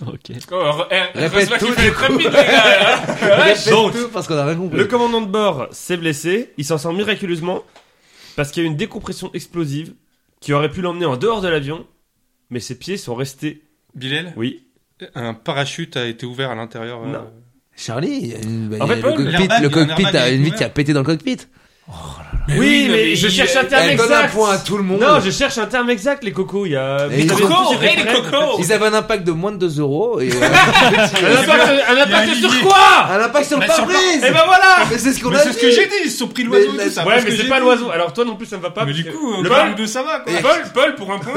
Speaker 3: Ok.
Speaker 4: Oh, eh, heureusement
Speaker 5: tout,
Speaker 4: qu'il
Speaker 5: du
Speaker 4: fallait être rapide, les gars.
Speaker 5: Répète
Speaker 1: donc,
Speaker 5: tout parce qu'on a rien compris.
Speaker 1: Le commandant de bord s'est blessé, il s'en sort miraculeusement parce qu'il y a eu une décompression explosive qui aurait pu l'emmener en dehors de l'avion, mais ses pieds sont restés.
Speaker 2: Bilal,
Speaker 1: Oui.
Speaker 2: un parachute a été ouvert à l'intérieur. euh,
Speaker 1: Non.
Speaker 5: Charlie, il y a une, bah,
Speaker 1: En
Speaker 5: il y
Speaker 1: fait,
Speaker 5: a le
Speaker 1: Paul,
Speaker 5: cockpit,
Speaker 2: l'airbag, il
Speaker 5: le
Speaker 2: y a un
Speaker 5: cockpit
Speaker 2: airbag
Speaker 5: a
Speaker 2: qui
Speaker 5: une
Speaker 2: est
Speaker 5: vitre qui a pété dans le cockpit.
Speaker 1: Oui, mais, je cherche un terme
Speaker 5: Elle donne un
Speaker 1: exact.
Speaker 5: point à tout le monde.
Speaker 1: Non, je cherche un terme exact, les cocos. Il y a.
Speaker 5: Et les
Speaker 1: Vous avez
Speaker 5: cocos,
Speaker 1: tous des
Speaker 4: hey, les
Speaker 1: réflexes.
Speaker 4: cocos
Speaker 5: Ils avaient un impact de moins de 2 euros et euh,
Speaker 1: Un impact, un impact
Speaker 2: Il y a
Speaker 1: sur
Speaker 2: Olivier.
Speaker 1: quoi
Speaker 5: un impact sur le
Speaker 2: Bah, sur le
Speaker 5: pare-brise.
Speaker 1: Eh ben voilà
Speaker 5: Mais c'est ce qu'on
Speaker 2: Mais
Speaker 5: a
Speaker 2: c'est ce
Speaker 5: dit.
Speaker 2: que j'ai dit, ils se sont pris l'oiseau
Speaker 5: Mais
Speaker 2: et tout ça.
Speaker 1: Ouais,
Speaker 2: Ah, parce
Speaker 1: mais
Speaker 2: que
Speaker 1: c'est
Speaker 2: j'ai
Speaker 1: pas
Speaker 2: dit.
Speaker 1: l'oiseau. Alors toi non plus, ça me va pas.
Speaker 2: Mais
Speaker 1: parce
Speaker 2: du
Speaker 1: que-
Speaker 2: coup, euh,
Speaker 4: Le
Speaker 2: le
Speaker 4: bal-
Speaker 2: bal de ça va quoi.
Speaker 4: Paul, Paul, pour un point,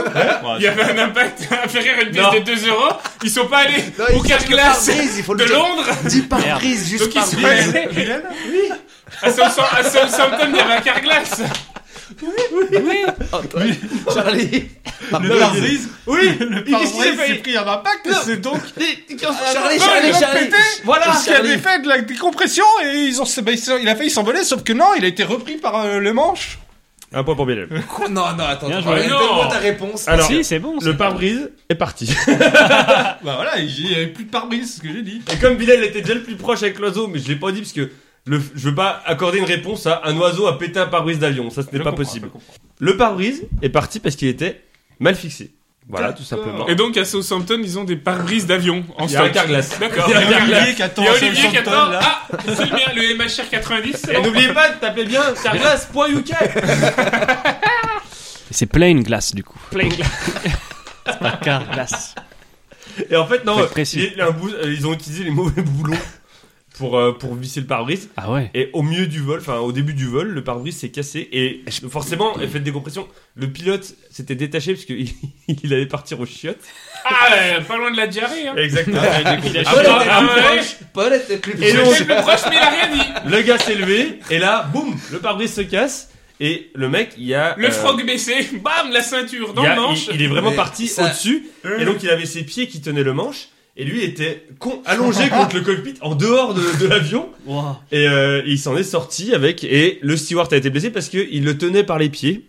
Speaker 4: il y avait un impact inférieur à une
Speaker 1: Non.
Speaker 4: pièce de 2 euros. Ils sont pas allés
Speaker 5: Non,
Speaker 4: au
Speaker 5: il cherche le
Speaker 4: Carglass
Speaker 5: pare-brise, il faut le
Speaker 4: de
Speaker 5: dire.
Speaker 4: Londres.
Speaker 5: Dis pare-brise, juste
Speaker 4: Donc ils sont
Speaker 5: pare-brise.
Speaker 4: allés à Southampton, à Southampton, il y avait un Carglass.
Speaker 5: Charlie.
Speaker 2: Le pare-brise,
Speaker 1: Oui
Speaker 2: le
Speaker 1: Il- qu'est-ce qu'il s'est
Speaker 2: pare-brise
Speaker 1: fait
Speaker 2: s'est pris un impact et c'est donc. Ah,
Speaker 5: Charlie,
Speaker 2: Paul,
Speaker 5: Charlie,
Speaker 2: il a
Speaker 5: Charlie.
Speaker 2: pété
Speaker 1: Voilà
Speaker 2: Parce qu'il y a des faits de la décompression et ils ont, bah, ils sont- il a failli s'envoler, sauf que non, il a été repris par euh, le manche.
Speaker 1: Un point pour Bilal.
Speaker 5: Non, non, attends.
Speaker 3: Bien
Speaker 5: attends,
Speaker 3: joué.
Speaker 5: Donne-moi
Speaker 4: Non.
Speaker 5: ta réponse.
Speaker 1: Alors,
Speaker 3: si, c'est bon.
Speaker 1: le pare-brise est parti.
Speaker 2: Bah voilà, il il y avait plus de pare-brise, c'est ce que j'ai dit.
Speaker 1: Et comme Bilal était déjà le plus proche avec l'oiseau, mais je l'ai pas dit parce que le, je veux pas accorder une réponse à un oiseau à péter un pare-brise d'avion. Ça, ce n'est
Speaker 2: Je
Speaker 1: pas
Speaker 2: comprends,
Speaker 1: possible.
Speaker 2: je comprends.
Speaker 1: Le pare-brise est parti parce qu'il était mal fixé. Voilà, tout simplement.
Speaker 4: Et donc à Southampton, ils ont des pare-brises d'avion en
Speaker 1: Il y a un
Speaker 4: stock.
Speaker 1: carglass.
Speaker 4: D'accord.
Speaker 1: Il y a un
Speaker 4: Il y a
Speaker 1: carglass.
Speaker 2: Olivier qui attend
Speaker 4: Il y a
Speaker 2: sur le
Speaker 4: Olivier qui
Speaker 2: Southampton,
Speaker 4: attend.
Speaker 2: là.
Speaker 4: Ah, c'est le mien, le MHR 90. c'est
Speaker 1: Et
Speaker 4: bon.
Speaker 1: n'oubliez pas de taper bien carglass.uk.
Speaker 3: C'est plain glace du coup.
Speaker 1: Plain
Speaker 3: C'est pas car glace.
Speaker 1: Et en fait, non,
Speaker 3: Faut être précis.
Speaker 1: il- il y a un bou- euh, ils ont utilisé les mauvais boulons pour, euh, pour visser le pare-brise.
Speaker 3: Ah ouais.
Speaker 1: Et au milieu du vol, enfin au début du vol, le pare-brise s'est cassé. Et forcément, effet de décompression, le pilote s'était détaché parce qu'il il allait partir aux chiottes.
Speaker 4: Ah, ouais, pas loin de la diarrhée. Hein.
Speaker 1: Exactement.
Speaker 4: Ah,
Speaker 5: Paul
Speaker 4: bah,
Speaker 5: était
Speaker 4: ah,
Speaker 5: plus
Speaker 4: ouais.
Speaker 5: proche. Paul était plus
Speaker 1: Et
Speaker 4: Je
Speaker 1: donc-
Speaker 4: suis le plus proche, mais il a rien dit.
Speaker 1: le gars s'est levé. Et là, boum, le pare-brise se casse. Et le mec, il y a.
Speaker 4: Le
Speaker 1: euh,
Speaker 4: frog baissé, bam, la ceinture dans
Speaker 1: il y a-
Speaker 4: le manche.
Speaker 1: il, il est vraiment
Speaker 5: Mais
Speaker 1: parti
Speaker 5: ça-
Speaker 1: au-dessus. Et donc il avait ses pieds qui tenaient le manche. Et lui était con, allongé contre le cockpit en dehors de, de l'avion. Et euh, il s'en est sorti avec. Et le steward a été blessé parce qu'il le tenait par les pieds.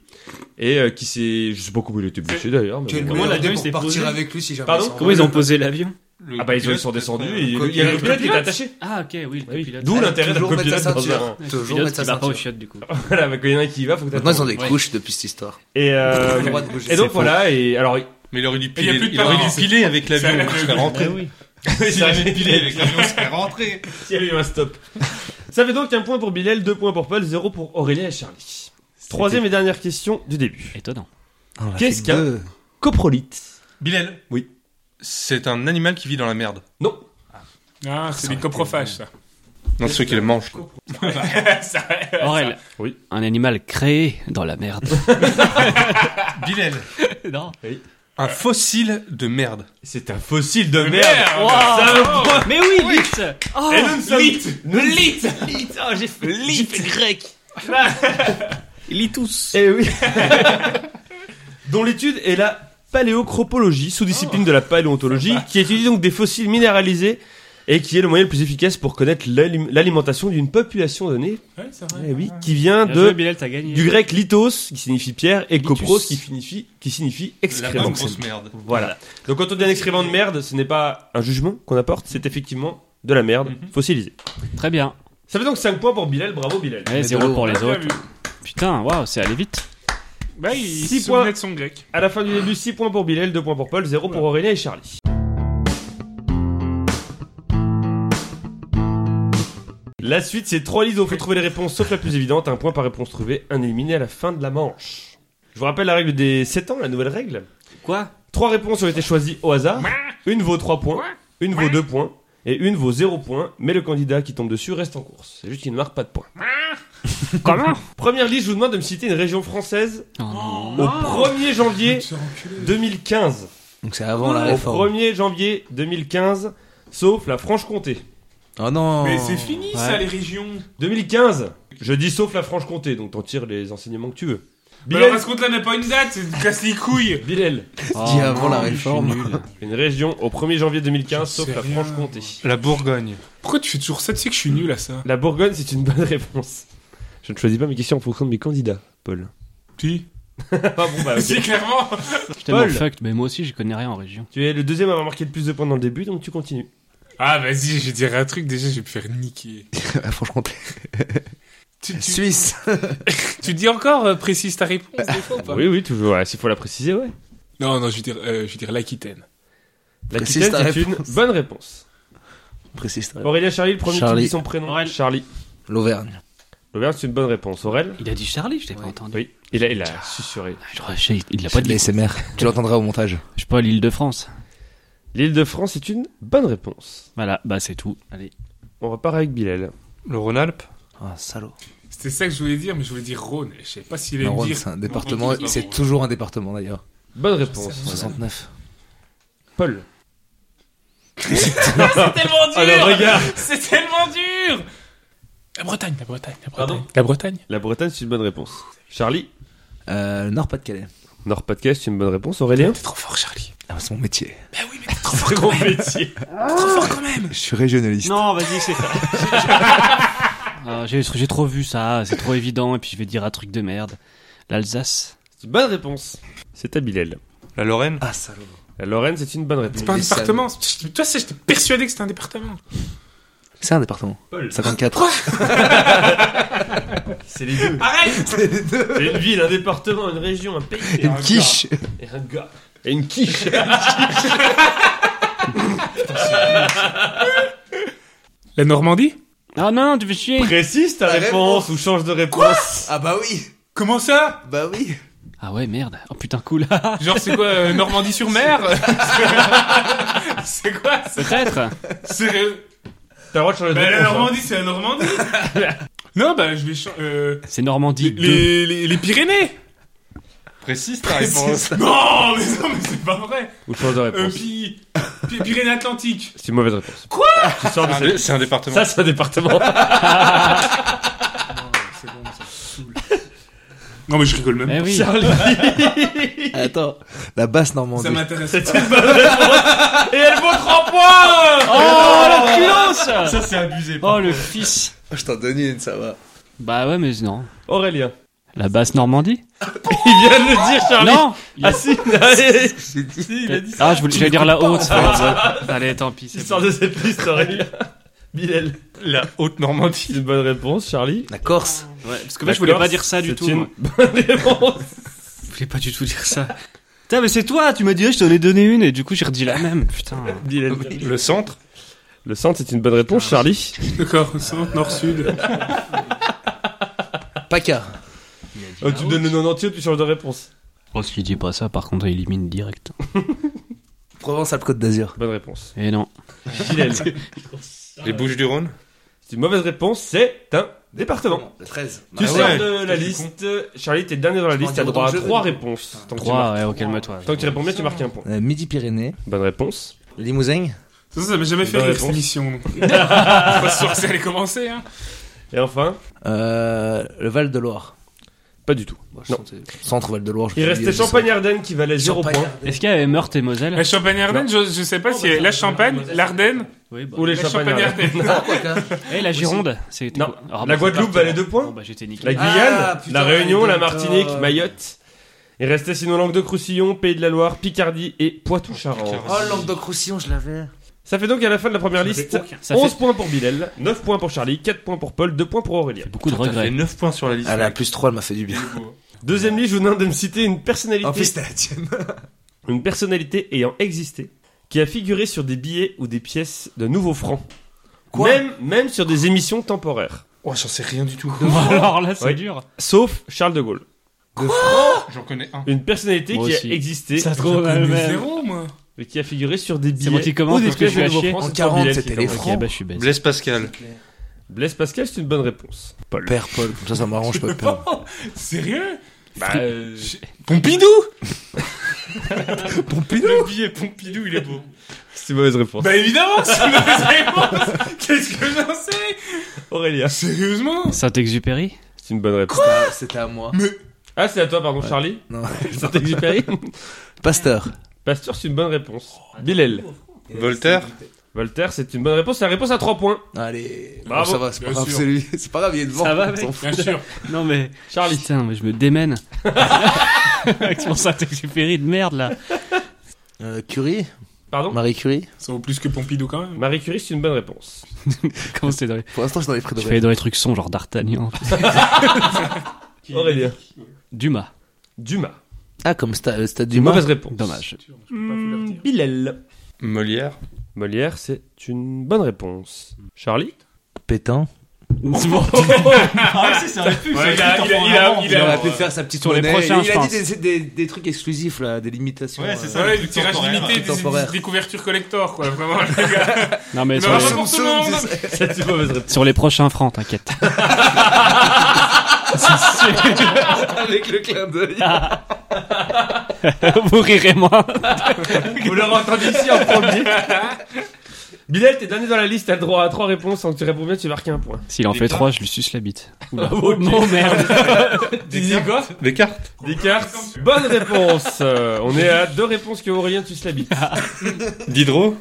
Speaker 1: Et euh, qui s'est. Je sais pas comment il était blessé d'ailleurs. mais
Speaker 5: Tu es
Speaker 1: bon.
Speaker 5: le
Speaker 3: Comment
Speaker 5: meilleur
Speaker 3: l'avion,
Speaker 5: idée
Speaker 3: il
Speaker 5: pour
Speaker 3: s'est
Speaker 5: partir
Speaker 3: posé
Speaker 5: avec lui si jamais.
Speaker 1: Pardon
Speaker 5: il s'en
Speaker 1: Comment ils ont
Speaker 3: posé l'avion
Speaker 1: Ah bah ils sont descendus. et
Speaker 5: Le
Speaker 1: Il y a le
Speaker 5: copilote,
Speaker 1: pilote qui était
Speaker 4: pilote.
Speaker 1: attaché.
Speaker 3: Ah ok, oui, le
Speaker 1: Oui.
Speaker 3: pilote.
Speaker 1: D'où l'intérêt d'un
Speaker 5: Toujours mettre sa
Speaker 1: copilote dans
Speaker 5: ceinture.
Speaker 1: un.
Speaker 5: va.
Speaker 3: Le
Speaker 5: Toujours
Speaker 3: pilote
Speaker 5: mettre sa
Speaker 3: qui va pas
Speaker 5: ceinture.
Speaker 3: au chiottes du coup.
Speaker 1: Voilà, bah, quand il y en a un qui y va, faut que
Speaker 5: Maintenant, ils
Speaker 1: t'attendes.
Speaker 5: ont des
Speaker 3: Ouais.
Speaker 5: couches depuis cette histoire.
Speaker 1: Et
Speaker 5: Ils ont
Speaker 1: euh,
Speaker 5: le droit de bouger.
Speaker 1: et donc voilà. Et alors
Speaker 2: Mais il aurait dû
Speaker 4: il y a
Speaker 2: piler,
Speaker 4: plus de
Speaker 2: il aurait dû
Speaker 4: pare-brise.
Speaker 2: piler avec
Speaker 4: Ça,
Speaker 2: l'avion,
Speaker 4: le-
Speaker 2: il serait rentré.
Speaker 5: Eh
Speaker 2: Il avait pilé avec l'avion, il serait rentré.
Speaker 1: Il y avait eu un stop. Ça fait donc un point pour Bilal, deux points pour Paul, zéro pour Aurélien et Charlie. Troisième et dernière question du début.
Speaker 3: Étonnant.
Speaker 1: Qu'est-ce qu'un coprolite
Speaker 2: Bilal.
Speaker 1: Oui.
Speaker 2: C'est un animal qui vit dans la merde.
Speaker 1: Non.
Speaker 4: Ah, c'est des coprophages, ça.
Speaker 2: Non, ceux qui le mangent.
Speaker 4: Ça-
Speaker 3: Aurel.
Speaker 1: Oui.
Speaker 3: Un animal créé dans la merde.
Speaker 2: Bilal.
Speaker 3: non.
Speaker 2: Un fossile de merde.
Speaker 1: C'est un fossile de merde.
Speaker 4: Merde
Speaker 1: Ça
Speaker 4: Ça-
Speaker 1: va pas.
Speaker 3: Mais oui, vite. Oh.
Speaker 1: Et nous ne sommes- nous-
Speaker 3: Lit. Lit. Oh, j'ai fait. Lit. grec. Litus.
Speaker 1: Eh oui. Dont l'étude est la paléocropologie,
Speaker 3: Oh.
Speaker 1: sous-discipline de la paléontologie, qui étudie donc des fossiles minéralisés et qui est le moyen le plus efficace pour connaître l'alim- l'alimentation d'une population donnée.
Speaker 4: Ouais, c'est vrai.
Speaker 1: Eh oui, qui vient
Speaker 3: Bien joué,
Speaker 1: de
Speaker 3: Bilal, t'as gagné.
Speaker 1: du grec lithos qui signifie pierre et
Speaker 3: Lithus.
Speaker 1: copros qui signifie qui signifie
Speaker 2: La
Speaker 1: excrément.
Speaker 2: bonne grosse merde.
Speaker 1: Voilà. Donc quand on dit un excrément de merde, ce n'est pas un jugement qu'on apporte, c'est effectivement de la merde fossilisée.
Speaker 3: Très bien.
Speaker 1: Mhm. Ça fait donc 5 points pour Bilal, bravo Bilal.
Speaker 3: Allez,
Speaker 5: de
Speaker 3: zéro
Speaker 5: l'eau.
Speaker 3: pour les
Speaker 4: Ah, Bien
Speaker 3: autres.
Speaker 4: vu.
Speaker 3: Putain, waouh, c'est allé vite.
Speaker 4: Bah, il
Speaker 1: Six
Speaker 4: se
Speaker 1: points.
Speaker 4: souvenait de son grec.
Speaker 1: À la fin du début, 6 points pour Bilal, 2 points pour Paul, 0 pour Aurélien et Charlie. La suite, c'est 3 listes où il faut trouver les réponses, sauf la plus évidente, un point par réponse trouvée, un éliminé à la fin de la manche. Je vous rappelle la règle des 7 ans, la nouvelle règle.
Speaker 3: Quoi
Speaker 1: Trois réponses ont été choisies au hasard. Une vaut 3 points, une vaut 2 points et une vaut 0 points, mais le candidat qui tombe dessus reste en course. C'est juste qu'il ne marque pas de points.
Speaker 3: Comment
Speaker 1: Première liste, je vous demande de me citer une région française
Speaker 3: Oh non.
Speaker 1: au 1er janvier 2015.
Speaker 5: Donc c'est avant la
Speaker 1: Au
Speaker 5: réforme.
Speaker 1: 1er janvier 2015, sauf la Franche-Comté.
Speaker 5: Oh non.
Speaker 4: Mais c'est fini, ça,
Speaker 3: Ouais.
Speaker 4: les régions.
Speaker 1: 2015 Je dis sauf la Franche-Comté, donc t'en tires les enseignements que tu veux.
Speaker 4: Mais Bah, alors,
Speaker 1: Bilal,
Speaker 4: parce qu'on te n'a pas une date, c'est de casse les couilles.
Speaker 1: Bilal,
Speaker 3: Oh
Speaker 5: Dis avant
Speaker 3: non,
Speaker 5: la
Speaker 3: je suis
Speaker 5: réforme.
Speaker 3: nul.
Speaker 1: une région au 1er janvier 2015,
Speaker 4: Je
Speaker 1: sauf
Speaker 4: sais
Speaker 1: la
Speaker 4: rien,
Speaker 1: Franche-Comté.
Speaker 2: La Bourgogne.
Speaker 4: Pourquoi tu fais toujours ça Tu sais que je suis nul à ça.
Speaker 1: La Bourgogne, c'est une bonne réponse. Je ne choisis pas mes questions en fonction de mes candidats, Paul.
Speaker 4: Si.
Speaker 1: Ah bon, bah, ok.
Speaker 4: Si, clairement.
Speaker 3: Je t'aime
Speaker 1: Paul.
Speaker 3: fuck, mais moi aussi je connais rien en région.
Speaker 1: Tu es le deuxième à avoir marqué le plus de points dans le début, donc tu continues.
Speaker 4: Ah, vas-y, je dirais un truc, déjà, je vais me faire niquer.
Speaker 5: Ah, Franchement,
Speaker 4: Tu, tu-
Speaker 5: Suisse.
Speaker 4: tu dis encore euh, précise ta réponse, des fois, ou pas
Speaker 1: Oui, oui, toujours. ouais, S'il faut la préciser, ouais.
Speaker 4: Non, non, je vais dire, euh, je vais dire l'Aquitaine.
Speaker 1: L'Aquitaine,
Speaker 5: Précise ta
Speaker 1: c'est une
Speaker 5: réponse.
Speaker 1: bonne réponse.
Speaker 5: Précise.
Speaker 1: Aurélien Charlie, le premier qui
Speaker 5: Charlie.
Speaker 1: dit son prénom.
Speaker 3: Aurel.
Speaker 1: Charlie.
Speaker 5: L'Auvergne.
Speaker 1: L'auberge, c'est une bonne réponse. Aurel
Speaker 3: Il a dit Charlie, je t'ai pas
Speaker 5: Oui.
Speaker 3: entendu.
Speaker 1: Oui. Il a, il a susurré.
Speaker 3: Je crois- je- Il a
Speaker 5: Pas
Speaker 3: pas
Speaker 5: de
Speaker 3: dit.
Speaker 5: l'ASMR. tu l'entendras au montage.
Speaker 3: Je sais pas, l'île de France.
Speaker 1: L'île de France est une bonne réponse.
Speaker 3: Voilà, bah c'est tout. Allez.
Speaker 1: On repart avec Bilal.
Speaker 2: Le Rhône-Alpes
Speaker 5: Ah, salaud.
Speaker 4: C'était ça que je voulais dire, mais je voulais dire Rhône. Je sais pas s'il
Speaker 5: Non,
Speaker 4: aime
Speaker 5: Rhône,
Speaker 4: dire.
Speaker 5: c'est un département.
Speaker 4: Rhône,
Speaker 5: C'est
Speaker 4: pas
Speaker 5: toujours un département d'ailleurs.
Speaker 1: Bonne réponse.
Speaker 5: 69.
Speaker 1: Paul.
Speaker 4: C'est tellement dur
Speaker 1: Alors regarde
Speaker 4: C'est tellement dur La Bretagne, la Bretagne, la Bretagne.
Speaker 1: Pardon
Speaker 4: la Bretagne
Speaker 1: La Bretagne, c'est une bonne réponse. Charlie
Speaker 5: Euh, le Nord-Pas-de-Calais.
Speaker 1: Nord-Pas-de-Calais, c'est une bonne réponse. Aurélien
Speaker 4: T'es trop fort, Charlie.
Speaker 5: Ah, c'est mon métier.
Speaker 4: Bah oui, mais t'es trop fort quand même.
Speaker 1: métier
Speaker 4: T'es trop fort quand même.
Speaker 5: Je suis régionaliste.
Speaker 3: Non, vas-y, c'est ça. Ah, j'ai j'ai trop vu ça, c'est trop évident, et puis je vais dire un truc de merde. L'Alsace.
Speaker 1: C'est une bonne réponse. C'est à Bilal.
Speaker 2: La Lorraine
Speaker 5: Ah, salaud.
Speaker 1: La Lorraine, c'est une bonne réponse.
Speaker 4: C'est pas un
Speaker 5: Les
Speaker 4: département. Chut, Toi, c'est- j'étais persuadé que c'était un département.
Speaker 5: C'est un département. 54.
Speaker 1: C'est les deux.
Speaker 4: Arrête
Speaker 1: C'est une ville, un département, une région, un pays.
Speaker 5: Une quiche.
Speaker 1: Et un gars. Et une quiche.
Speaker 4: La Normandie
Speaker 3: Ah non, tu fais chier.
Speaker 1: Précise ta
Speaker 5: La
Speaker 1: réponse,
Speaker 5: réponse.
Speaker 1: ou change de réponse.
Speaker 5: Ah, bah oui.
Speaker 4: Comment ça
Speaker 5: Bah oui.
Speaker 3: Ah ouais, merde. Oh putain, cool. Ah,
Speaker 4: Genre, c'est quoi, euh, Normandie-sur-Mer C'est quoi ça
Speaker 3: Peut-être.
Speaker 4: C'est... euh,
Speaker 1: T'as le droit de changer de
Speaker 4: Bah, la
Speaker 1: réponse. hein.
Speaker 4: Normandie, c'est la Normandie Non, bah, je vais... chan- euh,
Speaker 3: C'est Normandie. deux.
Speaker 4: les, les, les Pyrénées
Speaker 2: Précise
Speaker 4: Ah,
Speaker 2: ta réponse.
Speaker 4: Non, mais non, mais c'est pas vrai
Speaker 1: Ou change de
Speaker 4: euh,
Speaker 1: réponse.
Speaker 4: Pi- Pi- Pyrénées-Atlantiques
Speaker 1: C'est une mauvaise réponse.
Speaker 4: Quoi
Speaker 1: Tu sors de
Speaker 2: Ah,
Speaker 1: cette-
Speaker 2: mais C'est un département.
Speaker 1: Ça, c'est un département.
Speaker 4: C'est bon, ça me saoule. Non, mais je rigole même.
Speaker 3: Eh oui.
Speaker 1: Charlie.
Speaker 5: Attends. La basse Normandie.
Speaker 4: Ça m'intéresse
Speaker 1: C'est une bonne réponse. Et elle vaut 3 points.
Speaker 3: Oh, l'opulence
Speaker 2: c'est abusé.
Speaker 3: Oh, le fils.
Speaker 5: Ah, Je t'en donne une, ça va.
Speaker 3: Bah ouais, mais non.
Speaker 1: Aurélien.
Speaker 3: La basse Normandie
Speaker 1: Il vient de le dire, Charlie.
Speaker 3: Non
Speaker 1: Ah si, il
Speaker 3: Ah, je voulais j'allais dire la haute. Allez, tant pis. c'est
Speaker 1: sort de cette liste, Aurélien. Bilal.
Speaker 2: La Haute-Normandie.
Speaker 1: C'est une bonne réponse, Charlie.
Speaker 5: La Corse.
Speaker 3: bon. Ouais, parce que moi, je voulais
Speaker 1: D'accord,
Speaker 3: pas dire ça du
Speaker 1: c'est
Speaker 3: tout.
Speaker 1: une
Speaker 3: moi.
Speaker 1: bonne réponse.
Speaker 3: Je voulais pas du tout dire ça. Putain, mais c'est toi, tu m'as dit, ah, je t'en ai donné une, et du coup, j'ai redit la même. Putain.
Speaker 1: Bilal.
Speaker 2: Le centre.
Speaker 1: Le centre, Ah, c'est une bonne réponse, Charlie.
Speaker 4: D'accord, centre, nord-sud.
Speaker 5: PACA.
Speaker 1: Euh, tu donnes le nom entier, tu changes de réponse.
Speaker 3: Oh, si dit pas ça, par contre, on élimine direct.
Speaker 5: Provence-Alpes-Côte d'Azur.
Speaker 1: Bonne réponse.
Speaker 3: Et Eh non.
Speaker 1: Bilal.
Speaker 2: Les Bouches-du-Rhône.
Speaker 1: C'est une mauvaise réponse, c'est un département.
Speaker 5: Le 13.
Speaker 1: Tu
Speaker 2: Ah
Speaker 1: sors
Speaker 2: ouais,
Speaker 1: de la
Speaker 2: je suis
Speaker 1: liste. Charlie, t'es dernier dans la
Speaker 5: Je
Speaker 1: liste,
Speaker 5: m'en
Speaker 1: t'as
Speaker 5: dis
Speaker 1: droit à
Speaker 5: autant que je
Speaker 1: trois
Speaker 5: veux.
Speaker 1: réponses. Tant que, tu marques-
Speaker 3: 3, ouais, oh, calme-toi.
Speaker 1: tant que tu réponds bien, tu marques un point.
Speaker 5: Euh, Midi-Pyrénées.
Speaker 1: Bonne réponse.
Speaker 5: Limousin.
Speaker 4: Ça, ça m'a jamais fait
Speaker 1: Bonne
Speaker 4: rire cette
Speaker 1: réponse.
Speaker 4: émission. Je suis pas sûr que ça allait commencer. Hein.
Speaker 1: Et enfin,
Speaker 5: Euh, le Val-de-Loire.
Speaker 1: pas du tout. Non.
Speaker 5: Centre-Val-de-Loire.
Speaker 1: Il restait Champagne-Ardenne qui valait 0
Speaker 5: Champagne.
Speaker 1: points.
Speaker 3: Est-ce qu'il y avait Meurthe et Moselle
Speaker 4: La Champagne-Ardenne, je, je sais pas si elle- la Champagne, l'Ardenne,
Speaker 3: Oui, bah.
Speaker 1: Ou les
Speaker 4: la
Speaker 1: Champagne-Ardenne.
Speaker 4: Champagne-Ardenne.
Speaker 5: Ah,
Speaker 3: Eh, la Gironde C'était
Speaker 1: Non.
Speaker 3: quoi Ah, bah,
Speaker 1: La Guadeloupe
Speaker 3: parti.
Speaker 1: valait 2 points.
Speaker 3: Bon, bah, j'étais
Speaker 1: La
Speaker 3: nickel.
Speaker 1: Guyane,
Speaker 5: Ah, putain,
Speaker 1: la Réunion,
Speaker 5: donc,
Speaker 1: la Martinique,
Speaker 5: euh,
Speaker 1: Mayotte. Il restait sinon langue de Croussillon, Pays de la Loire, Picardie et Poitou-Charentes.
Speaker 5: Oh, Languedoc-Roussillon, je l'avais.
Speaker 1: Ça fait donc à la fin de la première liste
Speaker 3: Ça
Speaker 1: 11
Speaker 3: fait
Speaker 1: points pour Bilal, 9 points pour Charlie, 4 points pour Paul, 2 points pour Aurélien.
Speaker 3: Ah, beaucoup de
Speaker 2: T'as fait
Speaker 3: regrets.
Speaker 2: 9 points sur la liste.
Speaker 5: Ah, la plus 3, elle m'a fait du bien.
Speaker 1: Deuxième liste, je vous demande de me citer une personnalité,
Speaker 5: En plus, c'était la tienne.
Speaker 1: une personnalité ayant existé, qui a figuré sur des billets ou des pièces de nouveaux francs.
Speaker 5: Quoi
Speaker 1: même, même sur des émissions temporaires.
Speaker 2: Oh, j'en sais rien du tout.
Speaker 3: Alors là, c'est
Speaker 1: Ouais. Oh.
Speaker 3: dur.
Speaker 1: Sauf Charles de Gaulle.
Speaker 2: J'en connais un.
Speaker 1: Une personnalité
Speaker 3: Moi
Speaker 1: qui
Speaker 3: aussi.
Speaker 1: a existé,
Speaker 3: se trouve
Speaker 4: Mais zéro, moi.
Speaker 1: mais qui a figuré sur des
Speaker 3: C'est moi
Speaker 1: billets
Speaker 3: qui commence
Speaker 1: ou des
Speaker 3: parce que
Speaker 1: pièces
Speaker 3: je
Speaker 1: de
Speaker 3: suis
Speaker 1: nouveaux
Speaker 3: à chier.
Speaker 1: francs.
Speaker 5: En
Speaker 1: c'est
Speaker 5: 40,
Speaker 1: Bilal qui
Speaker 5: c'était les
Speaker 1: commence.
Speaker 5: francs.
Speaker 3: Ok, bah, je suis bête.
Speaker 2: Blaise Pascal.
Speaker 1: Blaise Pascal, c'est une bonne réponse. Paul.
Speaker 5: Père Paul, comme ça, ça m'arrange, je peux perdre.
Speaker 4: Sérieux
Speaker 1: Bah, euh,
Speaker 4: Pompidou
Speaker 2: Pompidou Le billet Pompidou, il est beau.
Speaker 1: c'est une mauvaise réponse.
Speaker 4: Bah évidemment, c'est une mauvaise réponse. Qu'est-ce que j'en sais
Speaker 1: Aurélien.
Speaker 4: Sérieusement
Speaker 3: Saint-Exupéry
Speaker 1: C'est une bonne réponse.
Speaker 5: Ah, C'était à moi.
Speaker 1: Ah, c'est à toi, pardon, Charlie.
Speaker 5: Non.
Speaker 1: Saint-Exupéry.
Speaker 5: Pasteur.
Speaker 1: Pasteur, c'est une bonne réponse. Bilal.
Speaker 2: Voltaire.
Speaker 1: Voltaire, c'est une bonne réponse. C'est la réponse à 3 points.
Speaker 5: Allez.
Speaker 1: Bravo.
Speaker 5: Bon, ça va, c'est pas
Speaker 4: Bien
Speaker 5: grave,
Speaker 4: sûr.
Speaker 5: c'est lui. C'est pas grave, il est devant.
Speaker 3: Ça va,
Speaker 5: on
Speaker 3: mec.
Speaker 5: s'en fout.
Speaker 4: Bien sûr.
Speaker 3: Non mais
Speaker 1: Charlie.
Speaker 3: putain, mais je me démène. Avec mon Saint-Exupéry de merde là.
Speaker 5: Euh, Curie.
Speaker 1: Pardon
Speaker 5: Marie Curie.
Speaker 4: Ça vaut plus que Pompidou quand même.
Speaker 1: Marie Curie, c'est une bonne réponse.
Speaker 3: Comment c'était dans les...
Speaker 5: Pour l'instant, je suis dans les frais
Speaker 3: Je
Speaker 5: de
Speaker 3: fais dans les trucs sons genre d'Artagnan.
Speaker 1: Aurélien.
Speaker 3: Dumas.
Speaker 1: Dumas.
Speaker 5: Ah, comme sta- euh, Stade du
Speaker 1: Une
Speaker 5: Mans.
Speaker 1: mauvaise réponse.
Speaker 3: Dommage.
Speaker 1: Hmm, Bilal.
Speaker 2: Molière.
Speaker 1: Molière, c'est une bonne réponse. Charlie
Speaker 5: Pétain.
Speaker 3: C'est bon. ah ouais, si, ça aurait pu. ça
Speaker 4: Ouais,
Speaker 3: aurait
Speaker 4: il
Speaker 3: pu,
Speaker 4: a- il a-
Speaker 3: t'en
Speaker 4: il a-
Speaker 3: prends
Speaker 4: il
Speaker 5: Il
Speaker 4: a-
Speaker 3: vraiment.
Speaker 5: aurait pu faire sa petite
Speaker 3: sur les
Speaker 5: tournée.
Speaker 3: prochains,
Speaker 5: Il
Speaker 3: je
Speaker 5: a dit
Speaker 3: pense.
Speaker 5: des, des- des trucs exclusifs, là, des limitations. euh,
Speaker 2: Ouais, c'est ça.
Speaker 4: Ouais,
Speaker 2: le
Speaker 4: du
Speaker 2: truc
Speaker 4: tirage
Speaker 2: temporaire.
Speaker 4: limité, des,
Speaker 5: Temporaire.
Speaker 4: des couvertures collector, quoi. Vraiment, les gars.
Speaker 3: Non, mais
Speaker 4: Mais
Speaker 3: sur
Speaker 4: vraiment
Speaker 3: les,
Speaker 4: pour tout le monde. hein.
Speaker 1: Ça, c'est pas votre réponse.
Speaker 3: sur les prochains francs, t'inquiète.
Speaker 5: Avec le clin d'œil.
Speaker 3: Vous rirez moins.
Speaker 1: Vous l'aurez entendu ici en premier. Bilal, t'es dernier dans la liste, t'as le droit à trois réponses. Tant que tu réponds bien, tu marques un point.
Speaker 3: S'il en
Speaker 2: Les
Speaker 3: fait
Speaker 2: cartes.
Speaker 3: trois, je lui suce la bite. Oula.
Speaker 1: Non, merde.
Speaker 2: Des cartes.
Speaker 1: quoi
Speaker 2: Des cartes.
Speaker 1: Des cartes. Bonne réponse. Euh, on est à deux réponses que Aurélien, tu se la bite.
Speaker 2: Diderot.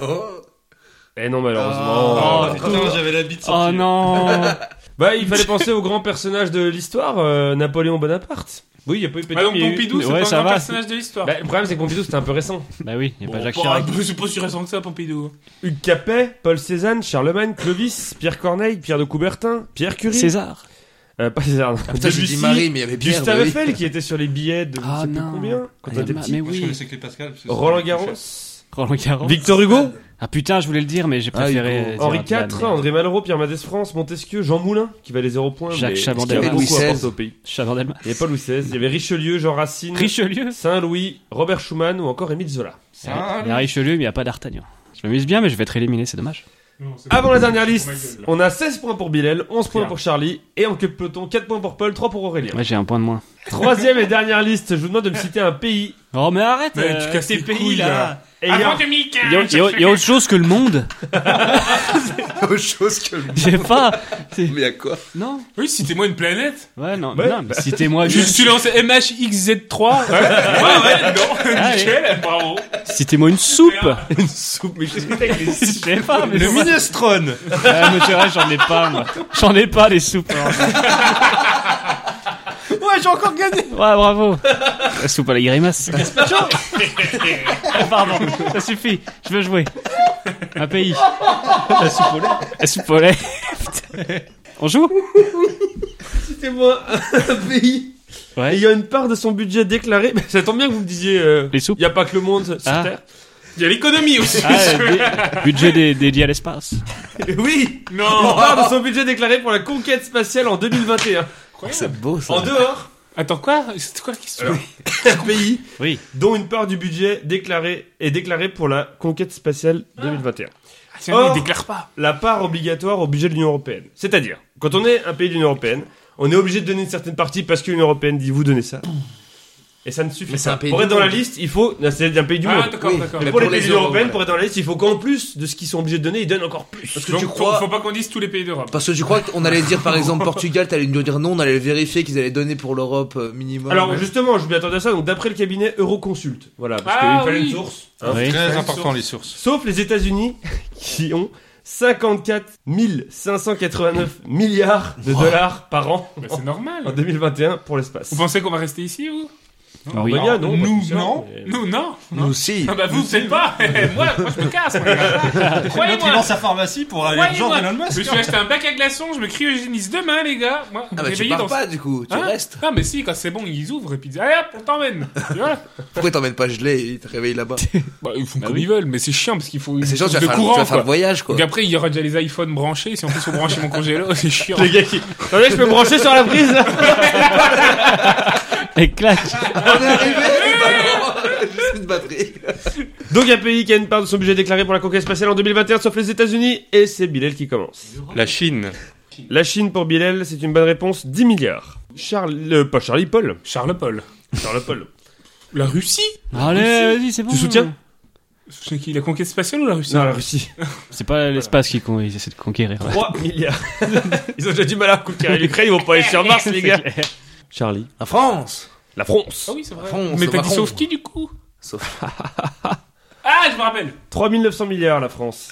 Speaker 5: Oh.
Speaker 1: Eh non,
Speaker 5: Oh,
Speaker 2: Ah.
Speaker 1: malheureusement.
Speaker 5: putain.
Speaker 2: j'avais la bite
Speaker 3: Oh non
Speaker 1: Bah, il fallait penser au grand personnage de l'histoire, euh, Napoléon Bonaparte. Oui, il y a pas eu peut-être.
Speaker 4: Bah, donc,
Speaker 1: il y a eu-
Speaker 4: Pompidou, c'est
Speaker 3: Ouais,
Speaker 4: pas
Speaker 3: ça
Speaker 4: un
Speaker 3: va,
Speaker 4: personnage de l'histoire.
Speaker 1: Bah, le problème, c'est que Pompidou, c'était un peu récent.
Speaker 3: Bah oui, y a pas
Speaker 4: Bon,
Speaker 3: Jacques
Speaker 4: bah,
Speaker 3: Chirac.
Speaker 4: C'est pas si récent que ça, Pompidou.
Speaker 1: Hugues Capet, Paul Cézanne, Charlemagne, Clovis, Pierre Corneille, Pierre de Coubertin, Pierre Curie.
Speaker 3: César.
Speaker 1: Euh, pas César. non.
Speaker 5: Ah, putain, j'ai
Speaker 1: Debussy,
Speaker 5: dit Marie, mais il y avait Pierre.
Speaker 1: Gustave
Speaker 5: bah oui.
Speaker 1: Eiffel qui était sur les billets de
Speaker 3: Ah,
Speaker 1: je sais plus
Speaker 3: non.
Speaker 1: combien quand on
Speaker 3: Ah,
Speaker 1: était
Speaker 3: ma-
Speaker 1: petit.
Speaker 3: mais
Speaker 2: Moi, je
Speaker 3: oui.
Speaker 2: connaissais que les Pascal. parce que
Speaker 1: Roland
Speaker 2: c'était le plus
Speaker 1: Garros,
Speaker 3: Roland Garros.
Speaker 1: Victor Hugo,
Speaker 3: Ah putain, je voulais le dire, mais j'ai
Speaker 5: Ah,
Speaker 3: préféré. euh,
Speaker 5: Hugo.
Speaker 3: dire
Speaker 1: Henri
Speaker 3: de la
Speaker 1: IV,
Speaker 3: merde.
Speaker 1: André Malraux, Pierre Mendès France, Montesquieu, Jean Moulin qui valait 0 points.
Speaker 3: Jacques
Speaker 1: mais-
Speaker 3: Chaban-Delmas.
Speaker 1: Il y avait
Speaker 5: Louis
Speaker 1: beaucoup à
Speaker 5: XVI.
Speaker 1: apporter au pays.
Speaker 3: Chavandelmas.
Speaker 1: Il n'y avait pas Louis XVI, il y avait Richelieu, Jean Racine,
Speaker 3: Richelieu.
Speaker 1: Saint-Louis, Robert Schumann ou encore Émile Zola.
Speaker 3: Il y
Speaker 2: Ah,
Speaker 3: a Richelieu, mais il n'y a pas d'Artagnan. Je m'amuse bien, mais je vais être éliminé, c'est dommage.
Speaker 1: Avant la dernière
Speaker 4: Oh my
Speaker 1: liste,
Speaker 4: God.
Speaker 1: on a 16 points pour Bilal, 11 points
Speaker 3: Merde.
Speaker 1: pour Charlie et en queue de peloton 4 points pour Paul, 3 pour Aurélien.
Speaker 3: Ouais, j'ai un point de moins.
Speaker 1: Troisième et dernière liste, je vous demande de me citer un pays
Speaker 3: Oh, mais arrête
Speaker 4: Mais
Speaker 3: euh,
Speaker 4: tu casses
Speaker 3: tes
Speaker 4: les
Speaker 3: pays
Speaker 4: couilles,
Speaker 3: là
Speaker 1: ayant
Speaker 4: Avant 2015
Speaker 3: Il y, a- il y a- il y a autre chose que le monde
Speaker 5: Autre chose que le.
Speaker 3: Je sais pas c'est-
Speaker 5: Mais à quoi
Speaker 3: Non
Speaker 4: Oui, Ah, citez-moi une planète.
Speaker 3: Ouais, non,
Speaker 1: Ouais.
Speaker 3: non mais citez-moi
Speaker 4: Juste,
Speaker 3: juste.
Speaker 4: tu lances MHXZ3. ouais, ouais, non.
Speaker 3: Allez.
Speaker 4: Nickel, bravo.
Speaker 3: Citez-moi une soupe
Speaker 1: une soupe, mais qu'est-ce que t'as avec les-
Speaker 3: Je sais pas, mais.
Speaker 2: Le minestrone.
Speaker 3: Ah, mais c'est vrai, j'en ai pas, moi. J'en ai pas, les soupes. hein.
Speaker 5: Ouais, j'ai encore gagné
Speaker 3: Ouais, bravo La soupe à la grimace. Ah, Pardon, ça suffit, je veux jouer. Un pays.
Speaker 1: La soupe au lait.
Speaker 3: La soupe au lait. On joue
Speaker 1: Citez-moi un pays
Speaker 3: Ouais.
Speaker 1: ayant une part de son budget déclaré. Mais ça tombe bien que vous me disiez. euh,
Speaker 3: Les soupes
Speaker 1: Il n'y a pas que le monde sur
Speaker 3: Ah.
Speaker 1: Terre.
Speaker 4: Il y a l'économie aussi.
Speaker 3: Ah, dé- budget dé- dédié à l'espace.
Speaker 1: Oui Une
Speaker 4: Non.
Speaker 1: part de son budget déclaré pour la conquête spatiale en 2021.
Speaker 5: Ah, C'est beau ça.
Speaker 1: En dehors,
Speaker 4: Attends, quoi C'était quoi la question
Speaker 1: un pays
Speaker 3: Oui.
Speaker 1: dont une part du budget déclaré est déclarée pour la conquête spatiale 2021.
Speaker 4: Ah, tiens,
Speaker 1: Or-
Speaker 4: il déclare pas.
Speaker 1: La part obligatoire au budget de l'Union Européenne. C'est-à-dire, quand on est un pays de l'Union Européenne, on est obligé de donner une certaine partie parce que l'Union Européenne dit vous donnez ça. Et ça ne suffit
Speaker 5: Mais c'est
Speaker 1: pas.
Speaker 5: un pays
Speaker 1: pour
Speaker 5: du
Speaker 1: être dans la
Speaker 5: monde.
Speaker 1: liste, il faut. Non, C'est un pays du monde.
Speaker 4: Ah, d'accord,
Speaker 5: Oui.
Speaker 4: d'accord.
Speaker 1: Mais
Speaker 5: Mais
Speaker 1: pour,
Speaker 5: pour
Speaker 1: les
Speaker 5: les
Speaker 1: pays
Speaker 5: euros,
Speaker 1: européens,
Speaker 5: voilà.
Speaker 1: pour être dans la liste, il faut qu'en plus de ce qu'ils sont obligés de donner, ils donnent encore plus.
Speaker 5: Parce que
Speaker 4: Donc,
Speaker 5: tu
Speaker 4: faut-
Speaker 5: crois.
Speaker 4: faut pas qu'on dise tous les pays d'Europe.
Speaker 5: Parce que je crois qu'on allait dire par exemple Portugal, t'allais nous dire non, on allait vérifier qu'ils allaient donner pour l'Europe euh, minimum.
Speaker 1: Alors justement, je m'y attendais à ça, donc d'après le cabinet Euroconsult, voilà, parce
Speaker 4: Ah
Speaker 1: qu'il fallait
Speaker 4: oui.
Speaker 1: une source. hein.
Speaker 3: Oui.
Speaker 2: Très important les sources.
Speaker 1: Sauf les États-Unis qui ont 54 589 milliards de dollars par an
Speaker 4: Bah, c'est
Speaker 1: en
Speaker 4: normal.
Speaker 1: 2021 pour l'espace.
Speaker 4: Vous pensez qu'on va rester ici, vous
Speaker 3: Oui.
Speaker 1: Bah, bien, non,
Speaker 2: Nous,
Speaker 1: pas tout ça,
Speaker 2: non.
Speaker 1: mais-
Speaker 4: Nous, non.
Speaker 5: nous aussi.
Speaker 4: Ah bah vous, vous êtes pas Moi, moi, je me casse, moi, les gars.
Speaker 2: il
Speaker 4: Croyez-moi
Speaker 2: lance sa pharmacie pour aller genre
Speaker 4: Croyez-moi.
Speaker 2: Elon
Speaker 4: Je me
Speaker 2: Musk.
Speaker 4: suis acheté un bac à glaçons, je me cryogénise demain, les gars Moi,
Speaker 5: Ah bah tu
Speaker 4: réveillé
Speaker 5: pars
Speaker 4: dans...
Speaker 5: pas du coup, tu
Speaker 4: Hein
Speaker 5: restes.
Speaker 4: Ah mais si, quand c'est bon, ils ouvrent et puis ils disent « Allez hop, on t'emmène !» Tu vois
Speaker 5: Pourquoi ils t'emmènent pas gelé et ils te réveillent là-bas
Speaker 4: Bah ils font
Speaker 3: Bah
Speaker 4: comme
Speaker 3: oui.
Speaker 4: ils veulent, mais c'est chiant parce qu'il faut
Speaker 5: C'est genre Bah, tu vas faire,
Speaker 4: de
Speaker 5: tu
Speaker 4: courant,
Speaker 5: vas faire
Speaker 4: quoi.
Speaker 5: le voyage quoi.
Speaker 4: Donc après, il y aura déjà les iPhones branchés, si en plus on branche mon congélo, c'est chiant
Speaker 1: Les gars qui... Attendez, je peux me brancher sur la prise là
Speaker 3: Et clac
Speaker 5: On est arrivé c'est pas grand. Juste une batterie.
Speaker 1: Donc un pays qui a une part de son budget déclaré pour la conquête spatiale en 2021, sauf les États-Unis, et c'est Bilal qui commence.
Speaker 2: La Chine.
Speaker 1: La Chine pour Bilal, c'est une bonne réponse, 10 milliards. Charles... euh, pas Charlie, Paul.
Speaker 4: Charles-Paul.
Speaker 1: Charles Paul.
Speaker 4: La Russie
Speaker 3: Allez, vas-y, c'est bon.
Speaker 1: soutiens
Speaker 4: C'est qui, la conquête spatiale ou la Russie Ah
Speaker 1: Non, la Russie.
Speaker 3: C'est pas l'espace qu'ils con- ils essaient de conquérir.
Speaker 1: 3 milliards. ils ont déjà du mal à conquérir l'Ukraine, ils vont pas aller sur Mars, les gars. Charlie.
Speaker 5: La France
Speaker 1: La France.
Speaker 4: Ah oui, c'est vrai.
Speaker 5: France,
Speaker 4: mais t'as dit
Speaker 5: Macron.
Speaker 4: sauf qui, du coup
Speaker 5: Sauf.
Speaker 4: Ah, je me rappelle
Speaker 1: 3900 milliards, la France.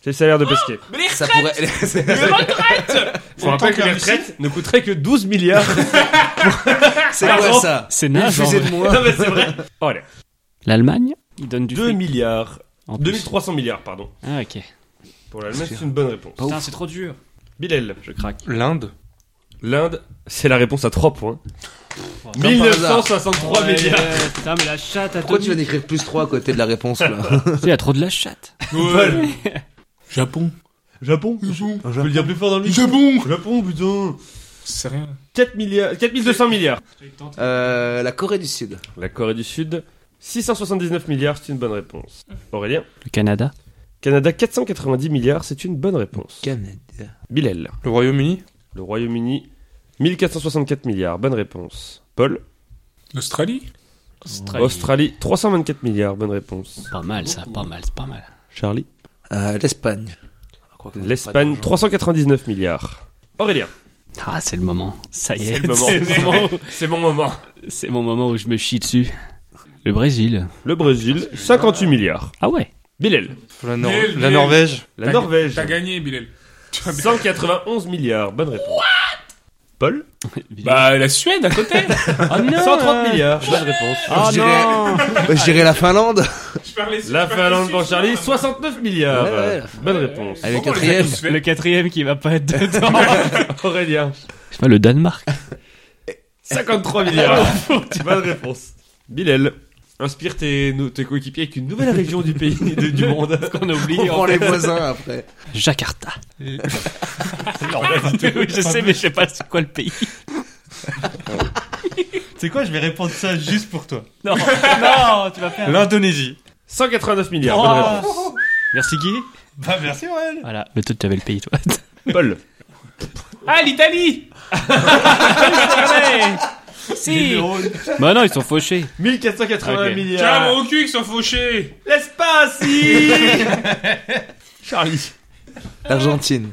Speaker 1: C'est le salaire de Pesquet.
Speaker 4: Mais les
Speaker 5: Ça
Speaker 4: retraites
Speaker 5: pourrait.
Speaker 4: Les retraites
Speaker 1: Faut rappeler que les retraites ne coûteraient que 12 milliards.
Speaker 5: C'est
Speaker 1: Pardon.
Speaker 5: quoi ça
Speaker 3: C'est
Speaker 5: Une
Speaker 3: naze. en
Speaker 5: fusée
Speaker 3: vrai.
Speaker 5: de
Speaker 1: non,
Speaker 5: moi.
Speaker 1: mais c'est vrai. Oh, allez.
Speaker 3: L'Allemagne Ils donnent du
Speaker 1: 2
Speaker 3: fric.
Speaker 1: milliards.
Speaker 3: en plus.
Speaker 1: 2300 milliards, pardon.
Speaker 3: Ah, ok.
Speaker 1: Pour l'Allemagne, c'est une bonne réponse.
Speaker 3: Putain, c'est trop dur.
Speaker 1: Bilal. Je craque.
Speaker 2: L'Inde.
Speaker 1: L'Inde, c'est la réponse à 3 points.
Speaker 3: Comme
Speaker 5: par hasard.
Speaker 1: 1963 milliards.
Speaker 3: Ouais, Putain, mais la chatte à
Speaker 5: Pourquoi tu
Speaker 3: Tony.
Speaker 5: viens d'écrire plus 3 à côté de la réponse là
Speaker 3: Il y a trop de la chatte.
Speaker 1: Paul.
Speaker 4: Japon
Speaker 1: Japon
Speaker 4: Japon.
Speaker 1: Je peux le dire plus fort dans le micro.
Speaker 4: Japon.
Speaker 1: Japon, putain
Speaker 4: C'est rien.
Speaker 1: 4 milliards, 4200 milliards.
Speaker 5: Euh, la Corée du Sud.
Speaker 1: La Corée du Sud, 679 milliards, c'est une bonne réponse. Aurélien
Speaker 3: Le Canada
Speaker 1: Canada, 490 milliards, c'est une bonne réponse.
Speaker 5: Canada.
Speaker 1: Bilal
Speaker 2: Le Royaume-Uni
Speaker 1: Le Royaume-Uni, 1464 milliards, bonne réponse. Paul
Speaker 4: L'Australie
Speaker 3: Australie.
Speaker 1: Australie, 324 milliards, bonne réponse.
Speaker 3: Pas mal ça, pas mal, c'est pas mal.
Speaker 1: Charlie
Speaker 5: Euh, L'Espagne. Je crois qu'on n'a pas
Speaker 1: L'Espagne,
Speaker 5: d'argent.
Speaker 1: 399 milliards. Aurélien
Speaker 3: Ah, c'est le moment. Ça y est.
Speaker 1: C'est le moment. C'est mon moment.
Speaker 3: C'est mon moment où je me chie dessus. Le Brésil.
Speaker 1: Le Brésil, 58 milliards.
Speaker 3: Ah ouais.
Speaker 1: Bilal
Speaker 2: La, Nor-
Speaker 4: Mais-
Speaker 2: la
Speaker 4: mais-
Speaker 2: Norvège
Speaker 1: La
Speaker 4: T'as-
Speaker 1: Norvège,
Speaker 4: T'as gagné, Bilal. Tu vois bien.
Speaker 1: 191 milliards, bonne réponse. Paul
Speaker 4: Bah, la Suède à côté.
Speaker 3: oh
Speaker 1: 130 milliards, bonne réponse.
Speaker 3: Ah
Speaker 5: Je dirais-
Speaker 3: non
Speaker 5: Bah, Je dirais la Finlande.
Speaker 4: Je parlais suisse,
Speaker 1: La
Speaker 4: je parlais
Speaker 1: Finlande
Speaker 4: suisse,
Speaker 1: pour Charlie,
Speaker 4: moi.
Speaker 1: 69 milliards.
Speaker 5: Ouais, ouais, la
Speaker 1: Bonne réponse.
Speaker 5: Allez,
Speaker 4: Pourquoi
Speaker 5: quatrième.
Speaker 4: les Suèdes
Speaker 3: Le quatrième qui va pas être dedans.
Speaker 1: Aurélien,
Speaker 3: Je sais pas, le Danemark.
Speaker 1: 53 milliards. Bonne réponse. Bilal, inspire tes, nou- tes coéquipiers avec une nouvelle région du pays, de- du monde. qu'on oublie.
Speaker 5: On prend les voisins après.
Speaker 3: Oh, Jakarta. je sais, mais je sais pas c'est quoi le pays.
Speaker 2: C'est quoi, je vais répondre ça juste pour toi.
Speaker 3: Non, non, tu vas faire.
Speaker 2: L'Indonésie.
Speaker 1: 189 milliards, bonne réponse.
Speaker 3: Merci Guy.
Speaker 2: Bah merci Aurel.
Speaker 3: Voilà, mais toi tu avais le pays toi.
Speaker 1: Paul,
Speaker 4: Ah, l'Italie
Speaker 3: si Bah non, ils sont fauchés.
Speaker 1: 1480
Speaker 3: Ok.
Speaker 4: Tiens,
Speaker 1: milliards.
Speaker 4: mon cul, ils sont fauchés
Speaker 1: L'espace si Charlie.
Speaker 5: L'Argentine.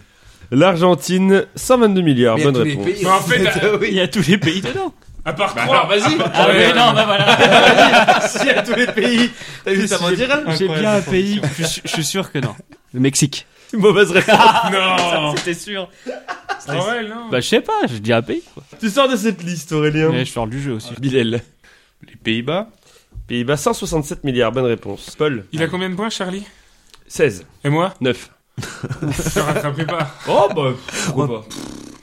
Speaker 1: L'Argentine, 122 milliards,
Speaker 5: Mais
Speaker 1: bonne
Speaker 5: tous les
Speaker 1: réponse.
Speaker 5: pays,
Speaker 4: Mais en fait,
Speaker 5: euh,
Speaker 3: Il y a tous les pays dedans.
Speaker 4: À part trois, vas-y
Speaker 3: Ah mais non, bah voilà.
Speaker 1: Si à tous les pays, t'as vu, ça m'en dira
Speaker 3: J'ai bien un pays, je, suis- je suis sûr que non. Le Mexique.
Speaker 1: Mauvaise réponse.
Speaker 4: Non
Speaker 3: C'était sûr.
Speaker 4: Ah ouais, non
Speaker 3: Bah je sais pas, je dis un pays. Quoi.
Speaker 1: Tu sors de cette liste, Aurélien.
Speaker 3: Mais je sors du jeu aussi.
Speaker 1: Bilal.
Speaker 2: Les Pays-Bas
Speaker 1: Pays-Bas, 167 milliards, bonne réponse. Paul,
Speaker 4: Il a combien de points, Charlie
Speaker 1: 16.
Speaker 4: Et moi
Speaker 1: 9.
Speaker 4: Je te rattraperai pas.
Speaker 1: Oh bah, pourquoi pas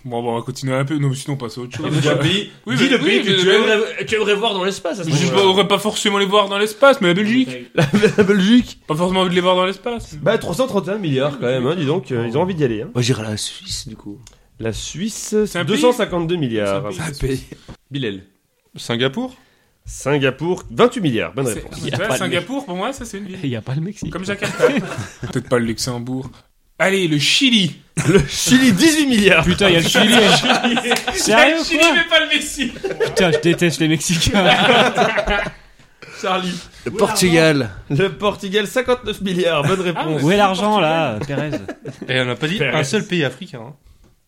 Speaker 4: Bon, bah, on va continuer un peu. Non, mais sinon, on passe à autre chose.
Speaker 1: pays,
Speaker 4: Oui, mais- oui, mais-
Speaker 1: tu aimerais voir dans l'espace à
Speaker 4: Je sais pas, on aurait pas forcément les voir dans l'espace, mais la Belgique
Speaker 1: La Belgique
Speaker 4: Pas forcément envie de les voir dans l'espace.
Speaker 1: Bah 331 milliards quand même, hein, dis donc, euh, ils ont envie d'y aller. hein.
Speaker 5: Moi j'irais la Suisse du coup.
Speaker 1: La Suisse,
Speaker 4: C'est un
Speaker 1: 252 milliards.
Speaker 4: C'est un
Speaker 1: Bilal.
Speaker 2: Singapour
Speaker 1: Singapour, 28 milliards, bonne
Speaker 4: C'est-
Speaker 1: réponse.
Speaker 3: Il y a
Speaker 4: tu vois,
Speaker 3: pas de
Speaker 4: Singapour, pour moi, ça, c'est une ville.
Speaker 3: Il y a pas le Mexique.
Speaker 4: Comme Jakarta. Peut-être pas le Luxembourg. Allez, le Chili.
Speaker 1: Le Chili, 18 milliards.
Speaker 3: Putain, il y a le Chili. Sérieux
Speaker 4: le Chili,
Speaker 3: quoi
Speaker 4: mais pas le Mexique.
Speaker 3: Putain, je déteste les Mexicains.
Speaker 1: Charlie.
Speaker 5: Le Portugal.
Speaker 1: Le Portugal, 59 milliards, bonne réponse.
Speaker 3: Où est l'argent là, Pérez
Speaker 2: Et on n'a pas dit
Speaker 1: Perez.
Speaker 2: un seul pays africain. hein.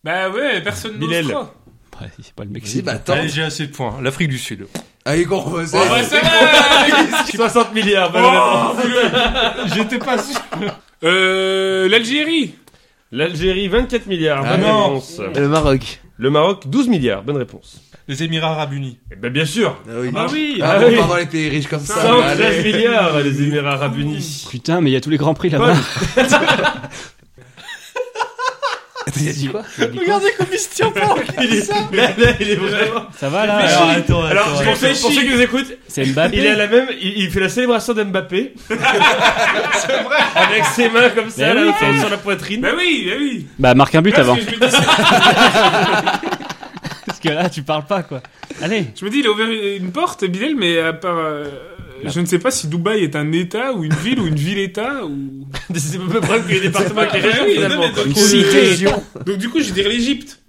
Speaker 4: Bah ouais, personne
Speaker 1: Bilal.
Speaker 4: ne croit.
Speaker 3: Bah, C'est pas le
Speaker 5: Vas-y,
Speaker 3: Mexique.
Speaker 5: bah attends. Ah,
Speaker 2: Allez, j'ai assez de points. hein. L'Afrique du Sud.
Speaker 5: Allez, qu'on refasse.
Speaker 4: Bon, bah, ça va
Speaker 1: 60 milliards, bonne réponse.
Speaker 4: Oh,
Speaker 2: J'étais pas sûr.
Speaker 4: Euh, L'Algérie.
Speaker 1: L'Algérie, 24 milliards,
Speaker 5: Ah
Speaker 1: bonne
Speaker 2: non.
Speaker 1: réponse.
Speaker 5: Le Maroc.
Speaker 1: Le Maroc, 12 milliards, bonne réponse.
Speaker 2: Les Émirats Arabes Unis.
Speaker 1: Eh ben bien sûr,
Speaker 5: Ah oui.
Speaker 4: Ah
Speaker 1: oui,
Speaker 5: Ah, bon, pardon, les pays riches comme ça. mais allez.
Speaker 1: 113 milliards, les Émirats Arabes Unis.
Speaker 3: Putain, mais il y a tous les grands prix là-bas.
Speaker 5: Attends, il a dit quoi
Speaker 3: Regardez comme il se tient pas.
Speaker 1: Il est, là, là, il est vraiment.
Speaker 3: Ça va là
Speaker 4: Réfléchis.
Speaker 3: Alors, attends,
Speaker 1: Alors,
Speaker 3: attends,
Speaker 1: pour,
Speaker 3: attends.
Speaker 1: ceux, pour ceux qui nous écoutent,
Speaker 3: C'est
Speaker 1: il a
Speaker 3: Mbappé.
Speaker 1: la même, il, il fait la célébration d'Mbappé. C'est vrai. Avec ses mains comme ça,
Speaker 3: Mais
Speaker 1: là,
Speaker 3: oui,
Speaker 1: il fait sur la poitrine.
Speaker 4: Bah oui, bah oui.
Speaker 3: Bah marque un but
Speaker 4: Là,
Speaker 3: avant.
Speaker 4: parce que je, me dis,
Speaker 3: Parce que là, tu parles pas quoi. Allez.
Speaker 4: je me dis, il a ouvert une porte, Bilal, mais à part. euh, je ne sais pas si Dubaï est un État ou une ville ou une ville-État ou.
Speaker 1: C'est à peu près que les départements avec les régions,
Speaker 4: Oui,
Speaker 1: finalement.
Speaker 4: non, mais donc- Donc du coup, je vais dire l'Égypte.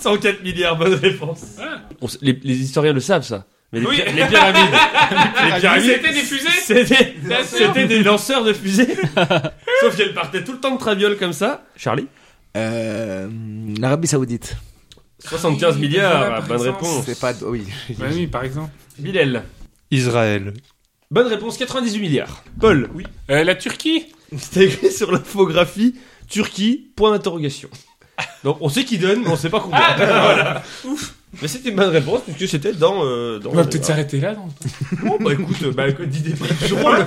Speaker 1: 104 milliards, bonne réponse.
Speaker 4: Ah.
Speaker 1: les, historiens le savent, ça. Mais
Speaker 4: les Oui. pyra-
Speaker 1: pyramides. les
Speaker 4: Ah,
Speaker 1: pyramides.
Speaker 4: C'était des fusées.
Speaker 1: C'était
Speaker 4: Bien sûr.
Speaker 1: c'était des lanceurs de fusées. Sauf qu'elles partaient tout le temps de traviole comme ça. Charlie
Speaker 5: Euh, L'Arabie Saoudite.
Speaker 1: 75
Speaker 4: Oui,
Speaker 1: milliards,
Speaker 4: voilà, par
Speaker 1: bonne
Speaker 4: exemple.
Speaker 1: réponse.
Speaker 5: C'est pas. Oui.
Speaker 4: Bah oui, par exemple.
Speaker 1: Bilal.
Speaker 2: Israël.
Speaker 1: Bonne réponse, 98 milliards. Paul. Oui.
Speaker 4: Euh, la Turquie.
Speaker 1: C'était écrit sur l'infographie Turquie, point d'interrogation. Ah, Donc on sait qui donne, mais on sait pas combien. Voilà. Mais c'était une bonne réponse puisque c'était dans. euh, dans
Speaker 4: On va peut-être s'arrêter là. non
Speaker 1: Bon, bah écoute, euh, bah écoute, dis des prix du rôle.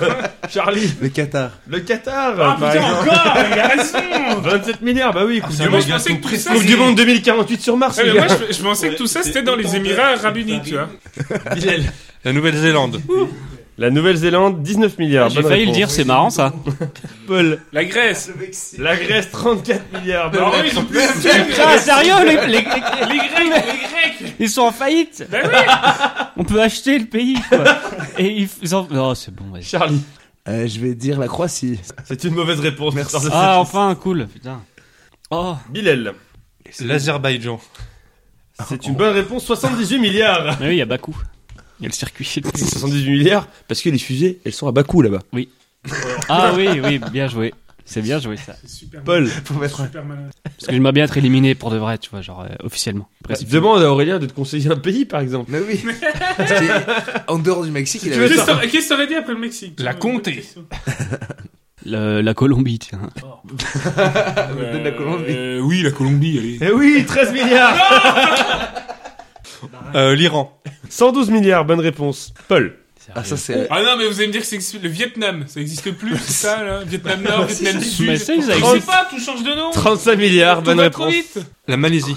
Speaker 1: Charlie,
Speaker 5: Le Qatar.
Speaker 1: le Qatar.
Speaker 4: Ah
Speaker 1: par
Speaker 4: putain,
Speaker 1: exemple.
Speaker 4: encore Il a raison
Speaker 1: 27 milliards, bah oui, Coupe, du,
Speaker 2: ça
Speaker 4: Mais
Speaker 1: monde,
Speaker 4: moi,
Speaker 2: va
Speaker 4: je
Speaker 2: bien,
Speaker 4: pensais
Speaker 2: tout
Speaker 4: que tout ça,
Speaker 1: Coupe du
Speaker 4: c'est-
Speaker 1: Monde 2048 sur Mars,
Speaker 4: Ouais,
Speaker 1: les
Speaker 4: mais moi,
Speaker 1: gars.
Speaker 4: je, je pensais que tout ça, c'était dans les Émirats Arabes Unis, tu vois.
Speaker 2: La Nouvelle-Zélande.
Speaker 1: La Nouvelle-Zélande, 19 milliards.
Speaker 3: J'ai
Speaker 1: Bonne
Speaker 3: failli le
Speaker 1: réponse.
Speaker 3: dire, c'est marrant ça.
Speaker 1: Paul.
Speaker 4: La Grèce.
Speaker 1: La Grèce, 34 milliards.
Speaker 4: Bah oui, ils ont plus
Speaker 3: Putain, Ah, sérieux, les, les-
Speaker 4: Les Grecs, les Grecs.
Speaker 3: ils sont en faillite.
Speaker 4: Bah oui.
Speaker 3: On peut acheter le pays. Quoi. Et ils, ils en... Oh, c'est bon. vas-y.
Speaker 1: Charlie.
Speaker 5: Euh, je vais dire la Croatie.
Speaker 1: C'est une mauvaise réponse. Merci.
Speaker 3: Ah, enfin, cool. Putain. Oh,
Speaker 1: Bilal.
Speaker 2: L'Azerbaïdjan.
Speaker 1: C'est une bonne réponse, 78 milliards.
Speaker 3: mais oui, il y a Bakou. Il y a le circuit.
Speaker 1: 78 milliards parce que les fusées, elles sont à bas coût là-bas.
Speaker 3: Ah oui, oui, bien joué. C'est bien joué ça.
Speaker 4: C'est super
Speaker 1: Paul,
Speaker 5: Faut mettre un-
Speaker 4: Super malin.
Speaker 3: Parce que j'aimerais bien être éliminé pour de vrai, tu vois, genre euh, officiellement. Après, c'est-
Speaker 1: demande à Aurélien de te conseiller un pays par exemple.
Speaker 5: Mais oui. Parce que, en dehors du Mexique, il
Speaker 1: tu
Speaker 5: avait
Speaker 1: veux
Speaker 5: ça.
Speaker 1: sortir-
Speaker 4: Qu'est-ce que t'aurais dit après le Mexique
Speaker 2: La
Speaker 4: Bonne
Speaker 2: comté.
Speaker 4: question.
Speaker 3: Le- la Colombie, tiens.
Speaker 5: Donne la Colombie.
Speaker 4: Euh, oui, la Colombie, elle est.
Speaker 1: Eh oui, 13 milliards.
Speaker 2: Euh, L'Iran.
Speaker 1: 112 milliards, bonne réponse. Paul.
Speaker 5: Ah ça c'est.
Speaker 4: Ah non, mais vous allez me dire que c'est le Vietnam, ça existe plus, c'est ça, là Vietnam Nord, Vietnam Sud.
Speaker 3: Mais Bah, ça, ils
Speaker 4: Je sais
Speaker 3: existent.
Speaker 4: pas, tout change de nom.
Speaker 1: 35 milliards,
Speaker 4: Tout
Speaker 1: bonne
Speaker 4: va trop
Speaker 1: réponse.
Speaker 4: vite.
Speaker 2: La Malaisie.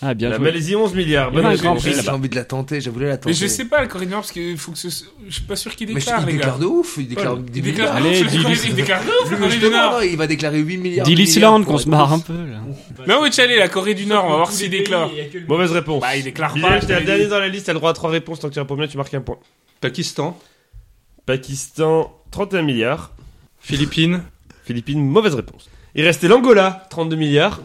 Speaker 3: Ah, bien
Speaker 1: La
Speaker 3: joué.
Speaker 1: Malaisie, 11 milliards,
Speaker 3: Il y a
Speaker 1: bonne
Speaker 3: un
Speaker 1: réponse.
Speaker 3: grand prix
Speaker 5: J'ai
Speaker 3: là-bas.
Speaker 5: envie de la tenter. J'ai voulu la tenter.
Speaker 4: Mais je sais pas, le Corée du Nord, parce que faut que ce. Je suis pas sûr qu'il
Speaker 5: Mais je-
Speaker 4: déclare,
Speaker 5: il
Speaker 4: les gars.
Speaker 5: déclare de ouf. Il déclare
Speaker 4: Paul,
Speaker 5: des
Speaker 4: Il
Speaker 5: milliards.
Speaker 4: déclare de ouf,
Speaker 3: Allez,
Speaker 4: le
Speaker 3: dis-
Speaker 4: Corée- il déclare de ouf, le Corée du
Speaker 5: Justement, non,
Speaker 4: Nord.
Speaker 5: il va déclarer 8 milliards.
Speaker 3: Dis
Speaker 5: 8
Speaker 3: l'Islande
Speaker 5: milliards pour
Speaker 3: qu'on se
Speaker 5: être
Speaker 3: marre hein. un
Speaker 5: tous.
Speaker 3: peu là.
Speaker 4: Non, mais allez, la Corée du Nord, on va voir s'il déclare.
Speaker 1: Mauvaise réponse.
Speaker 4: Bah, il déclare pas.
Speaker 1: Bilal, t'es
Speaker 4: je te
Speaker 1: la
Speaker 4: l'ai
Speaker 1: dernière
Speaker 4: dit.
Speaker 1: dans la liste, t'as le droit à 3 réponses. Tant que tu réponds bien, tu marques un point.
Speaker 2: Pakistan.
Speaker 1: Pakistan, 31 milliards.
Speaker 2: Philippines.
Speaker 1: Philippines, mauvaise réponse. Il restait l'Angola, 32 milliards.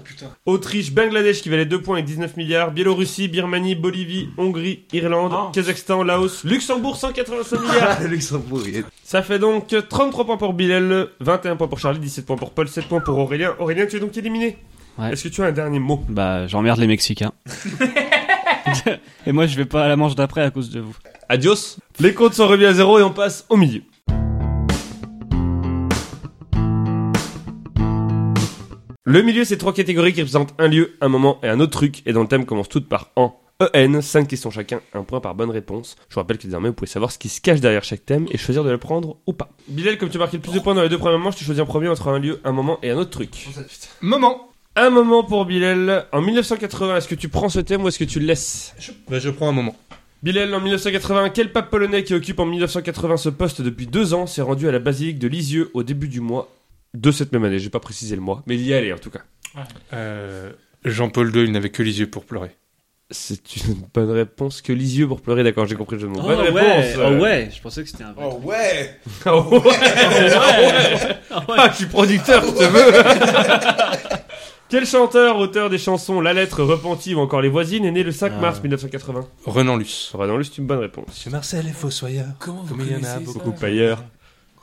Speaker 1: Autriche, Bangladesh qui valait 2 points avec 19 milliards. Biélorussie, Birmanie, Bolivie, Hongrie, Irlande,
Speaker 4: Oh.
Speaker 1: Kazakhstan, Laos, Luxembourg, 185 milliards.
Speaker 5: Ah, Luxembourg. il est-
Speaker 1: Ça fait donc 33 points pour Bilal, 21 points pour Charlie, 17 points pour Paul, 7 points pour Aurélien. Aurélien, tu es donc éliminé.
Speaker 3: Ouais.
Speaker 1: Est-ce que tu as un dernier mot
Speaker 3: Bah, j'emmerde les Mexicains. Et moi, je vais pas à la manche d'après à cause de vous.
Speaker 1: Adios. Les comptes sont remis à zéro et on passe au milieu. Le milieu, c'est trois catégories qui représentent un lieu, un moment et un autre truc. Et dans le thème, commence toutes par en. EN, 5 questions chacun, un point par bonne réponse. Je vous rappelle que désormais vous pouvez savoir ce qui se cache derrière chaque thème et choisir de le prendre ou pas. Bilal, comme tu as marqué le plus de points dans les deux premières manches, tu choisis en premier entre un lieu, un moment et un autre truc.
Speaker 2: Moment.
Speaker 1: Un moment pour Bilal. En 1980, est-ce que tu prends ce thème ou est-ce que tu le laisses
Speaker 2: Bah, je prends un moment.
Speaker 1: Bilal, en 1980, quel pape polonais qui occupe en 1980 ce poste depuis deux ans s'est rendu à la basilique de Lisieux au début du mois de cette même année J'ai pas précisé le mois, mais il y est allé en tout cas.
Speaker 2: Euh, Jean-Paul II, il n'avait que les yeux pour pleurer.
Speaker 1: C'est une bonne réponse que Lisieux pour pleurer, d'accord, j'ai compris le jeu de mots. bonne réponse
Speaker 3: Oh
Speaker 1: euh.
Speaker 3: ouais, je pensais que c'était un vrai.
Speaker 5: ouais.
Speaker 1: Ah ouais,
Speaker 3: Oh,
Speaker 1: Ah ouais. Ah, je suis producteur, je te veux Quel chanteur, auteur des chansons La Lettre, Repentie ou encore Les Voisines est né le 5 mars 1980
Speaker 2: Renan Luce.
Speaker 1: Ah. Ça va dans le, c'est une bonne réponse.
Speaker 2: Monsieur Marcel est fossoyeur.
Speaker 4: Comment vous
Speaker 2: Comme il y en a
Speaker 4: connaissez ça
Speaker 2: beaucoup.
Speaker 1: Beaucoup pailleur.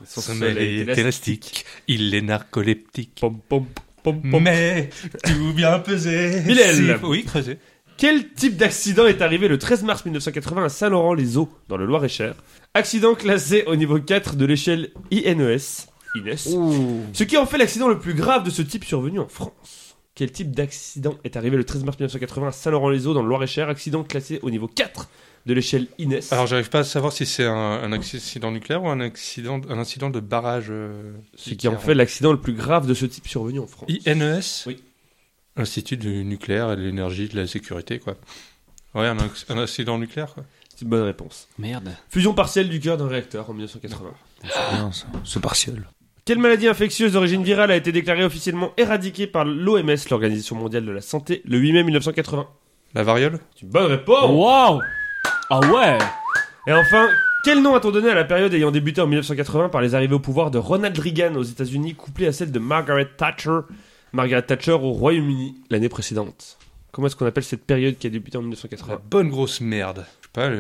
Speaker 2: Son sommeil est élastique. Il est narcoleptique.
Speaker 1: Pom, pom, pom, pom.
Speaker 2: Mais tout bien pesé.
Speaker 1: Bilal.
Speaker 2: Si- Oui, creusé.
Speaker 1: Quel type d'accident est arrivé le 13 mars 1980 à Saint-Laurent-les-Eaux, dans le Loir-et-Cher Accident classé au niveau 4 de l'échelle E INES, INES, ce qui en fait l'accident le plus grave de ce type survenu en France. Quel type d'accident est arrivé le 13 mars 1980 à Saint-Laurent-les-Eaux, dans le Loir-et-Cher Accident classé au niveau 4 de l'échelle E INES.
Speaker 2: Alors, j'arrive pas à savoir si c'est un, un accident nucléaire ou un accident, un incident de barrage. euh,
Speaker 1: ce qui en
Speaker 2: nucléaire. E
Speaker 1: fait l'accident le plus grave de ce type survenu en France.
Speaker 2: INES
Speaker 1: Oui.
Speaker 2: Institut du nucléaire et de l'énergie de la sécurité, quoi. Ouais, un, acc- un accident nucléaire, quoi.
Speaker 1: C'est une bonne réponse.
Speaker 3: Oh. Merde.
Speaker 1: Fusion partielle du cœur d'un réacteur en 1980.
Speaker 5: Ce partiel.
Speaker 1: Quelle maladie infectieuse d'origine virale a été déclarée officiellement éradiquée par l'OMS, l'Organisation Mondiale de la Santé, le 8 mai 1980
Speaker 2: La variole
Speaker 1: C'est une bonne réponse
Speaker 3: Waouh Ah ouais
Speaker 1: Et enfin, quel nom a-t-on donné à la période ayant débuté en 1980 par les arrivées au pouvoir de Ronald Reagan aux États-Unis, couplée à celle de Margaret Thatcher Margaret Thatcher au Royaume-Uni l'année précédente. Comment est-ce qu'on appelle cette période qui a débuté en
Speaker 2: La
Speaker 1: 1980
Speaker 2: bonne grosse merde. Je sais pas, le,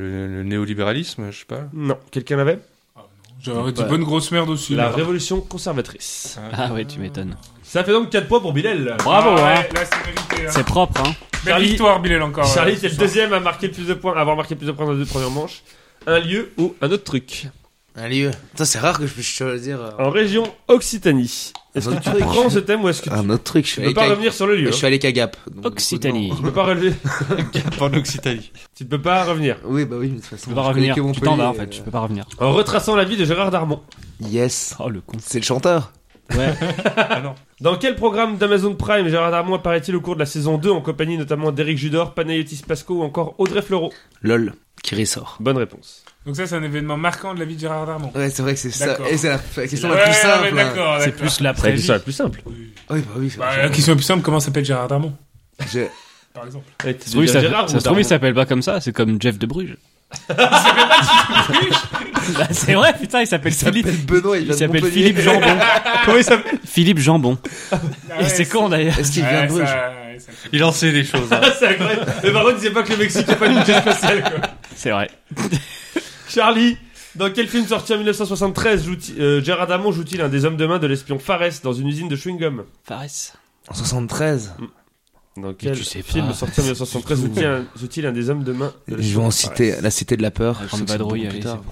Speaker 2: le- le néolibéralisme, je sais pas.
Speaker 1: Non, quelqu'un l'avait
Speaker 4: J'aurais dit bonne grosse merde aussi.
Speaker 1: La
Speaker 4: là.
Speaker 1: révolution conservatrice.
Speaker 3: Ah ouais, tu m'étonnes.
Speaker 1: Ça fait donc 4 points pour Bilal.
Speaker 3: Bravo,
Speaker 4: Ah
Speaker 3: hein.
Speaker 4: ouais, Là, c'est mérité. hein.
Speaker 3: C'est propre, hein.
Speaker 4: Belle
Speaker 1: Charlie-
Speaker 4: victoire, Bilal, encore.
Speaker 1: Charlie,
Speaker 4: euh,
Speaker 1: c'est
Speaker 4: ce
Speaker 1: le
Speaker 4: soir.
Speaker 1: deuxième à marquer le plus de points, à avoir marqué le plus de points dans les deux premières manches. Un lieu ou un autre truc.
Speaker 5: Un lieu. Putain, c'est rare que je puisse choisir. euh,
Speaker 1: En région Occitanie. Est-ce que tu prends ce thème ou est-ce que
Speaker 2: Ah,
Speaker 1: tu
Speaker 5: Ah, Un autre truc. Je suis
Speaker 1: ne peux
Speaker 5: allé
Speaker 1: pas
Speaker 5: qu'à-
Speaker 1: revenir sur le lieu
Speaker 5: je
Speaker 1: hein.
Speaker 5: suis allé qu'à Gap. donc,
Speaker 3: Occitanie.
Speaker 5: du coup,
Speaker 1: Tu peux pas relever.
Speaker 2: En Occitanie.
Speaker 1: Tu ne peux pas revenir.
Speaker 5: non. Oui, bah oui, mais de toute façon.
Speaker 3: Tu peux pas
Speaker 5: je connais
Speaker 3: revenir.
Speaker 5: que
Speaker 3: Tu t'en vas en
Speaker 5: Montpellier,
Speaker 3: fait, tu peux pas revenir.
Speaker 1: En retraçant la vie de Gérard Darmon.
Speaker 5: euh, Yes.
Speaker 3: Oh le con.
Speaker 5: C'est le chanteur.
Speaker 3: Ouais.
Speaker 1: Dans quel programme d'Amazon Prime Gérard Darmon apparaît-il au cours de la saison 2 en compagnie notamment d'Eric Judor, Panayotis Pasco ou encore Audrey Fleurot
Speaker 5: LOL. qui ressort.
Speaker 1: Bonne réponse.
Speaker 4: Donc ça, c'est un événement marquant de la vie de Gérard Darmon.
Speaker 5: Ouais, c'est vrai que c'est ça.
Speaker 4: D'accord.
Speaker 5: Et c'est la la question
Speaker 4: Ouais,
Speaker 5: la plus
Speaker 4: ouais,
Speaker 5: simple.
Speaker 4: ouais,
Speaker 5: hein.
Speaker 4: d'accord,
Speaker 3: C'est
Speaker 4: d'accord.
Speaker 3: plus la
Speaker 1: C'est la
Speaker 3: prévie.
Speaker 1: question la plus simple.
Speaker 5: Oui, bah oui. c'est
Speaker 4: Bah, la question la plus simple, comment s'appelle Gérard Darmon,
Speaker 5: J'ai-
Speaker 4: par exemple
Speaker 3: Ça se trouve, il s'appelle- ça se trouve, il s'appelle pas comme ça, c'est comme Jeff de Bruges. Bah, c'est vrai, putain, il s'appelle
Speaker 5: Il s'appelle Benoît, il
Speaker 3: Il
Speaker 5: vient de
Speaker 3: s'appelle
Speaker 5: Montpellier.
Speaker 3: Philippe Jambon. Comment il s'appelle Philippe Jambon.
Speaker 4: Ah
Speaker 3: Et
Speaker 4: ouais,
Speaker 3: c'est con d'ailleurs.
Speaker 5: Est-ce qu'il
Speaker 4: Ouais,
Speaker 5: vient de Bruges
Speaker 4: ça- ouais, ça-
Speaker 2: Il en sait des choses. hein.
Speaker 1: C'est incroyable. Mais par contre, il sait pas que le Mexique a pas une pièce spatiale, quoi.
Speaker 3: C'est vrai.
Speaker 1: Charlie, dans quel film sorti en 1973 joue-t-il- euh, Gérard Damon joue-t-il un des hommes de main de l'espion Fares dans une usine de chewing-gum
Speaker 3: Fares.
Speaker 5: En 73
Speaker 1: Dans quel
Speaker 3: tu sais
Speaker 1: film
Speaker 3: pas.
Speaker 1: sorti en 1973 joue-t-il un- joue-t-il un des hommes de main de
Speaker 5: Ils vont en cité, la cité de la peur.
Speaker 3: Ah,
Speaker 5: Je sais que
Speaker 3: Grande vadrouille,
Speaker 5: beaucoup plus
Speaker 3: allez,
Speaker 5: tard.